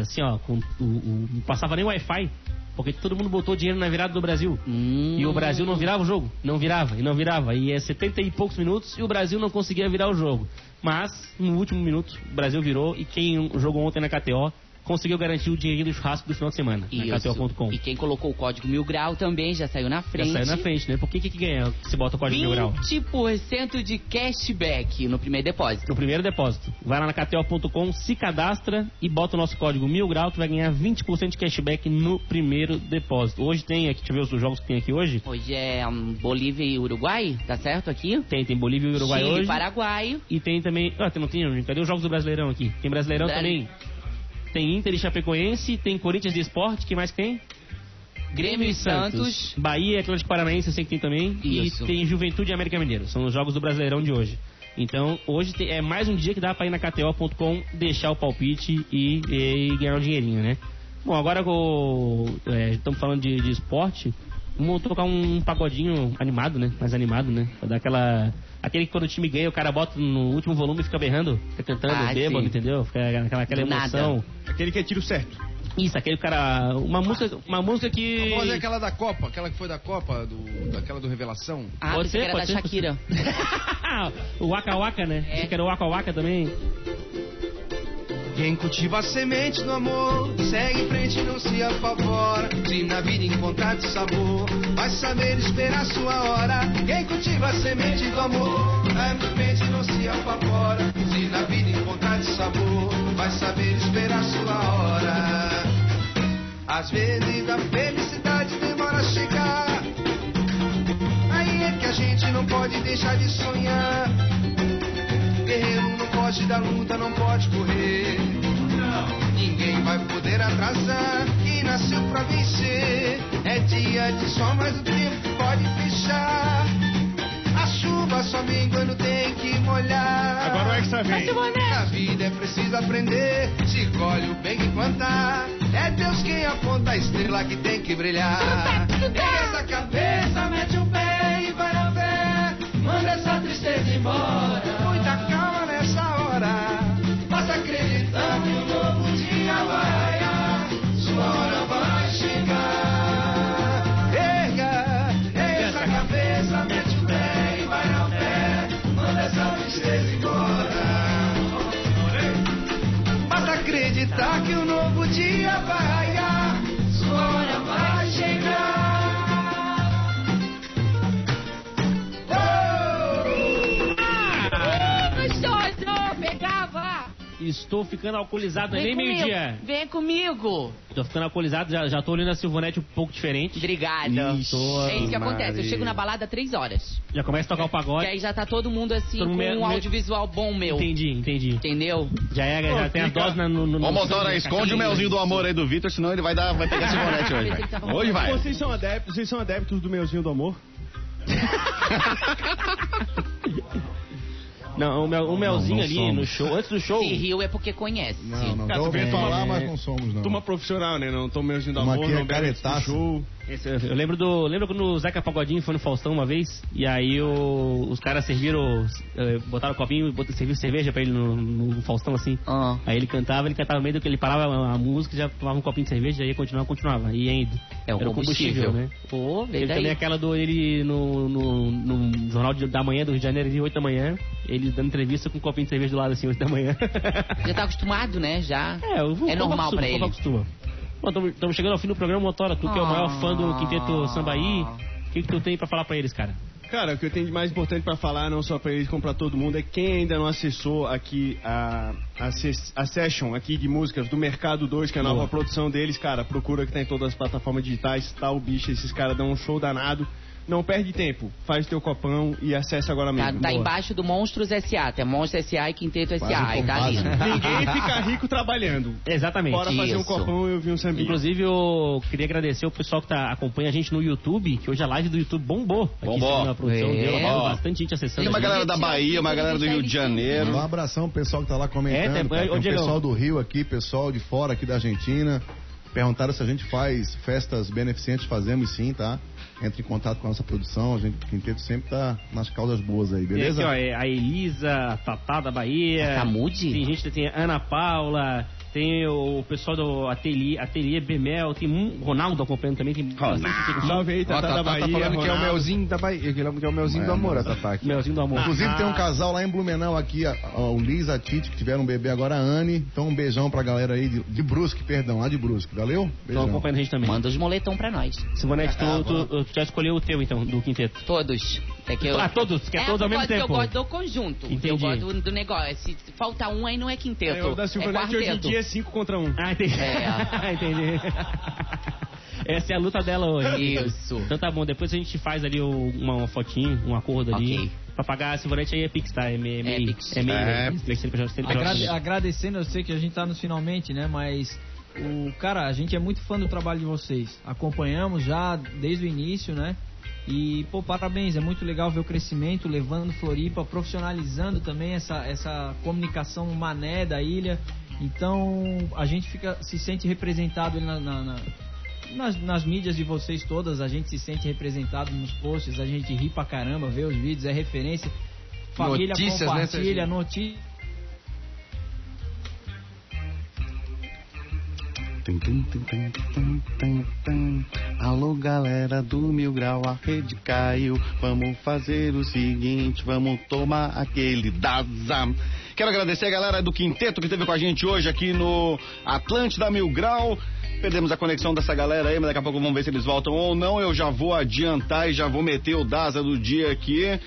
S2: assim, ó, com, o, o- não passava nem Wi-Fi. Porque todo mundo botou dinheiro na virada do Brasil. E o Brasil não virava o jogo. Não virava, e não virava. E é 70 e poucos minutos e o Brasil não conseguia virar o jogo. Mas, no último minuto, o Brasil virou e quem jogou ontem na KTO conseguiu garantir o dinheirinho do churrasco do final de semana. Na
S3: Isso.
S2: KTO.com.
S3: E quem colocou o código Mil Grau também já saiu na
S2: Já
S3: frente.
S2: saiu na frente, né? Por que que ganha se bota o código Mil Grau?
S3: 20% de cashback no primeiro depósito.
S2: No primeiro depósito. Vai lá na KTO.com, se cadastra e bota o nosso código mil grau, tu vai ganhar 20% de cashback no primeiro depósito. Hoje tem aqui, deixa eu ver os jogos que tem aqui hoje.
S3: Hoje é hum, Bolívia e Uruguai, tá certo aqui?
S2: Tem, tem Bolívia e Uruguai
S3: Chile,
S2: hoje.
S3: Paraguai.
S2: E tem também. Ah, tem, não tem. Cadê os jogos do Brasileirão aqui? Tem Brasileirão
S3: Bra-
S2: também. Tem Inter e Chapecoense, tem Corinthians e Esporte, que mais que tem?
S3: Grêmio e Santos.
S2: Bahia e Atlético Paranaense, eu sei que tem também.
S3: Isso.
S2: E tem Juventude e América Mineiro. São os jogos do Brasileirão de hoje. Então, hoje te- é mais um dia que dá pra ir na KTO.com, deixar o palpite e, e ganhar um dinheirinho, né? Bom, agora o- é, estamos falando de, de esporte. Vamos tocar um pagodinho animado, né? Mais animado, né? Pra dar aquela. Aquele que quando o time ganha, o cara bota no último volume e fica berrando, fica cantando,
S3: Ah,
S2: bêbado,
S3: sim.
S2: entendeu? Fica aquela, aquela
S3: Do nada.
S2: emoção.
S6: Aquele que é tiro certo.
S2: Isso, aquele cara.
S3: Ah,
S2: Uma música, uma música que.
S5: Vamos fazer é aquela da Copa, aquela que foi da Copa, do, daquela do Revelação.
S3: Ah,
S2: Pode
S3: você
S2: ser,
S3: era da
S2: pode ser.
S3: Shakira.
S2: o Waka Waka, né?
S3: É.
S2: Você quer o Waka Waka também?
S5: Quem cultiva a semente do amor, segue em frente e não se apavora. Se na vida encontrar de sabor, vai saber esperar sua hora. Quem cultiva a semente do amor, vai em frente e não se apavora. Se na vida encontrar de sabor, vai saber esperar sua hora. Às vezes a felicidade demora a chegar. Aí é que a gente não pode deixar de sonhar. Guerreiro não pode da luta, não pode correr. Ninguém vai poder atrasar quem nasceu pra vencer. É dia de sol, mas o tempo pode fechar. A chuva só vem quando tem que molhar.
S6: Agora o Hexa vem.
S5: A vida é preciso aprender, se colhe o bem que plantar. É Deus quem aponta a estrela que tem que brilhar. Erga essa cabeça, mete o pé e vai na fé. Manda essa tristeza embora. Muita calma nessa hora. Mas acreditando que um novo dia vai. Sua hora vai chegar. Erga, erga essa cabeça, mete o pé e vai na fé. Manda essa tristeza embora. Mas acreditar que um novo dia vai. Sua hora vai chegar.
S3: Gostoso, pegava.
S2: Estou ficando alcoolizado, é
S3: Vem
S2: nem
S3: comigo.
S2: meio-dia.
S3: Vem comigo.
S2: Tô ficando alcoolizado, já, já tô olhando a Silvonete um pouco diferente.
S3: Obrigada.
S2: Ixi,
S3: é isso que acontece. Eu
S2: Maria.
S3: chego na balada três horas.
S2: Já começa a tocar o
S3: E
S2: pagode.
S3: aí já tá todo mundo assim
S2: Todo
S3: com
S2: mundo é me-
S3: um
S2: me-
S3: audiovisual bom meu.
S2: Entendi, entendi.
S3: Entendeu?
S2: Já, é, já tem a dose na, no, no.
S1: Ô,
S2: no-
S1: motora,
S2: na
S1: esconde
S2: caixinha.
S1: o melzinho do amor aí do Vitor, senão ele vai, dar, vai pegar esse bonete
S4: Tá
S1: hoje. Hoje vai.
S4: Vocês são adeptos, vocês são adeptos do meuzinho do amor?
S2: Não, o, mel, o melzinho
S7: não
S2: ali
S7: somos.
S2: no show, antes do show.
S3: Se riu é porque conhece.
S7: Não, não.
S4: Cara,
S7: tô
S4: tu vem
S7: ouvindo falar,
S4: falar,
S7: mas
S4: né?
S7: não somos, não.
S4: Turma profissional, né? Não tô meuzinho do
S7: Turma
S4: amor,
S7: aqui é
S4: não bebe antes do
S7: caretaço.
S4: show.
S2: Esse- eu lembro do. Lembra quando o Zeca Pagodinho foi no Faustão uma vez? E aí o- os caras serviram. eh, botaram o copinho, botaram, serviram cerveja pra ele no, no Faustão assim.
S3: Ah.
S2: Aí ele cantava, ele cantava no meio do que ele parava a, a música, já tomava um copinho de cerveja, aí continuava, continuava. E ainda.
S3: É
S7: um
S3: o
S2: Era o combustível,
S3: combustível.
S2: né?
S3: Pô,
S2: Ele
S3: vem
S2: também
S3: daí.
S2: aquela do ele no, no, no jornal de- da manhã do Rio de Janeiro, de 8 da manhã, ele dando entrevista com um copinho de cerveja do lado assim, 8 da manhã.
S3: Já tá acostumado, né? Já.
S2: É, o,
S3: É normal
S2: acostuma,
S3: pra
S2: o
S3: ele. Ah.
S2: corpo acostuma. Bom, estamos chegando ao fim do programa, Motora. Tu que é o maior fã do Quinteto Sambaí, o que, que tu tem pra falar pra eles, cara?
S4: Cara, o que eu tenho de mais importante pra falar, não só pra eles, como pra todo mundo, é quem ainda não acessou aqui a, a, ses- a session aqui de músicas do Mercado 2, que é a nova
S2: Boa.
S4: produção deles, cara, procura que tá em todas as plataformas digitais, tá o bicho, esses caras dão um show danado. Não perde tempo, faz teu copão e acessa agora
S3: Tá,
S4: mesmo.
S3: tá
S4: Boa.
S3: embaixo do Monstros SA. Tem Monstros SA e Quinteto SA.
S7: Quase um
S3: Aí tá ali.
S7: compás, né?
S4: Ninguém fica rico trabalhando.
S2: Exatamente.
S4: Bora fazer um
S3: Isso.
S4: copão e ouvir um sambinha.
S2: Inclusive, eu queria agradecer o pessoal que tá, acompanha a gente no YouTube, que hoje a live do YouTube bombou. Aqui
S1: Bombou.
S2: em cima da produção
S3: É.
S2: deu, deu
S1: Ó.
S2: bastante gente acessando.
S1: Tem uma
S2: a gente.
S1: galera da Bahia, uma galera do Rio de Janeiro.
S7: Um abração pro pessoal que tá lá comentando.
S2: É, tem-
S7: cara.
S2: ô,
S7: Tem o
S2: Diego.
S7: pessoal do Rio aqui, pessoal de fora aqui da Argentina. Perguntaram se a gente faz festas beneficentes, fazemos sim, tá? Entre em contato com a nossa produção, a gente o Quinteto sempre tá nas causas boas aí,
S2: Tem
S7: beleza?
S2: aqui, ó, é a Elisa, a Tatá da Bahia.
S3: A Samude?
S2: Tem gente, tem a Ana Paula, tem o pessoal do Ateliê, Ateliê Bemel, tem um Ronaldo acompanhando também. Tem
S4: Salve aí,
S5: tá,
S4: Tatá tá
S3: tá
S4: da Bahia.
S3: é
S5: é
S2: Ronaldo.
S4: da Bahia. Que é o
S2: melzinho do amor, a
S4: Tatá
S2: aqui. Melzinho do amor.
S7: Inclusive tem um
S2: Ah.
S7: casal lá em Blumenau aqui, a- a- o Liz, a Tite, que tiveram um bebê agora, a Anne. Então um beijão pra galera aí de, de Brusque, perdão, lá de Brusque, valeu? Beijão.
S2: acompanhando a gente também.
S3: Manda os moletão pra nós. Tá
S2: Simonete, tu, tu, tu já escolheu o teu, então, do quinteto?
S3: Todos. É que eu-
S2: Ah, todos? Quer
S3: É,
S2: todos ao
S3: eu
S2: mesmo
S3: gosto-
S2: tempo?
S3: Eu gosto do conjunto. Eu
S2: Entendi.
S3: gosto do negócio. Se faltar um, aí não é quinteto.
S4: É, o da Silvanete hoje em
S3: quarteto.
S4: dia é 5 contra 1. Um.
S2: Ah, entendi.
S3: É.
S2: entendi. Essa é a luta dela hoje.
S3: Isso.
S2: Então tá bom, depois a gente faz ali o- uma, uma fotinho, um acordo ali.
S3: Ok.
S2: Pra pagar a Silvanete aí é Pix, tá? É meio. É Pix. É meio. né?
S8: É,
S2: Tem que ser pra- tem que ser pra-
S8: Agrade- agradecendo, eu sei que a gente tá nos finalmente, né? Mas o cara, a gente é muito fã do trabalho de vocês. Acompanhamos já desde o início, né? E, pô, parabéns, é muito legal ver o crescimento, levando Floripa, profissionalizando também essa, essa comunicação mané da ilha. Então, a gente fica se sente representado na- na- na, nas, nas mídias de vocês todas, a gente se sente representado nos posts, a gente ri pra caramba, vê os vídeos, é referência. Família
S5: Notícias, né,
S8: compartilha,
S5: Serginho?
S8: notícia.
S5: Tum, tum, tum, tum, tum, tum, tum. Alô galera do Mil Grau, a rede caiu. Vamos fazer o seguinte, vamos tomar aquele Daza.
S1: Quero agradecer a galera do Quinteto que esteve com a gente hoje aqui no Atlântida Mil Grau. Perdemos a conexão dessa galera aí, mas daqui a pouco vamos ver se eles voltam ou não. Eu já vou adiantar e já vou meter o Daza do dia aqui.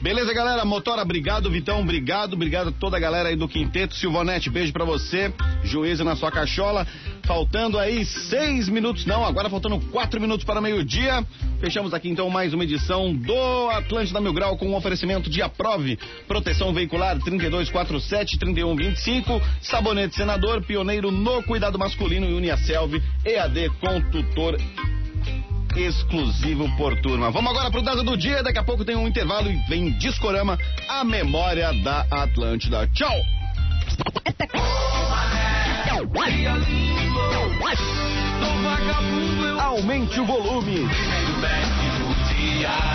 S1: Beleza, galera? Motora, obrigado. Vitão, obrigado. Obrigado a toda a galera aí do Quinteto. Silvonete, beijo pra você. Juízo na sua cachola. Faltando aí seis minutos, não, agora faltando quatro minutos para meio-dia. Fechamos aqui então mais uma edição do Atlântida Mil Grau com um oferecimento de Aprove, proteção veicular 3247-3125, sabonete senador, pioneiro no cuidado masculino e Uniacelv, EAD com tutor exclusivo por turma. Vamos agora pro Daza do Dia, daqui a pouco tem um intervalo e vem Discorama, a memória da Atlântida. Tchau! Aumente o volume.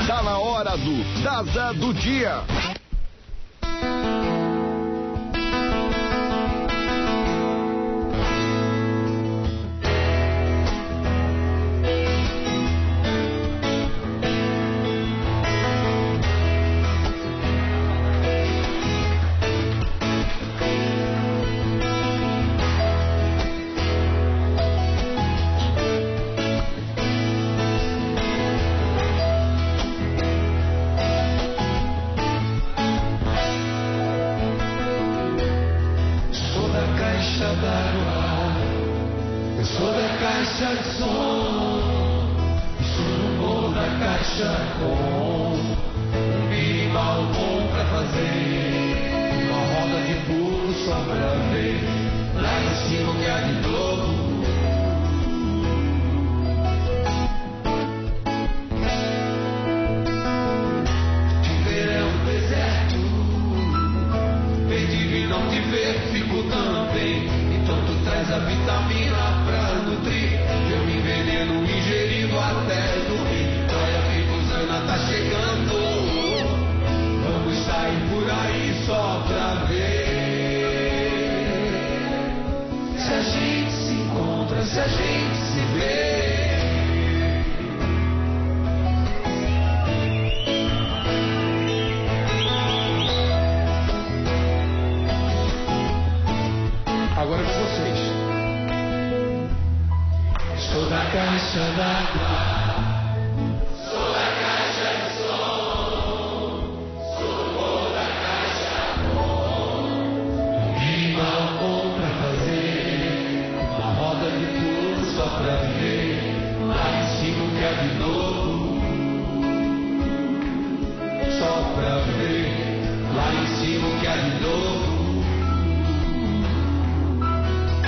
S1: Tá na hora do Daza do Dia.
S12: Sou da caixa d'água, eu sou da caixa de som, e sou um bom da caixa com um birimbau bom pra fazer, uma roda de pulo só pra ver, lá em cima um grande globo. De verão, deserto. Vem de mim não te ver, fico também. Então tu traz a vitamina pra nutrir. Eu me enveneno ingerindo até dormir. Olha a bibuzana tá chegando. Vamos sair por aí só pra ver. Se a gente se encontra, se a gente se vê. Agora é com vocês. Sou da caixa d'água. Sou da caixa de som. Sou da caixa bom pra fazer. Uma roda de pulo só pra ver. Lá em cima o que é de novo. Só pra ver. Lá em cima o que é de novo. É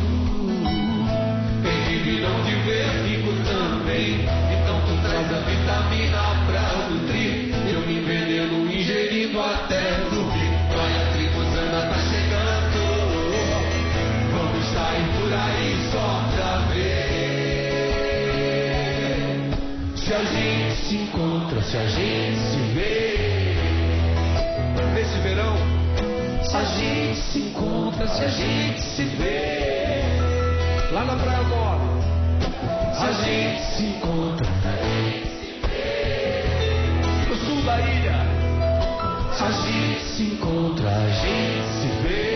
S12: um Perdido não te ver, fico também. Então tu traz a vitamina pra nutrir. Eu me enveneno ingerindo até dormir. Olha, a tribuzana tá chegando. Vamos sair por aí só pra ver. Se a gente se encontra, se a gente se vê. nesse verão. Se a gente se encontra, se a gente se vê lá na praia agora. Se a gente se encontra, se a gente se vê no sul da ilha. Se a gente se encontra, a gente se vê.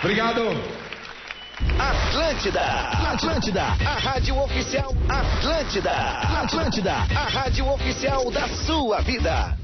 S5: Obrigado. Atlântida, Atlântida, a rádio oficial Atlântida, Atlântida, a rádio oficial da sua vida.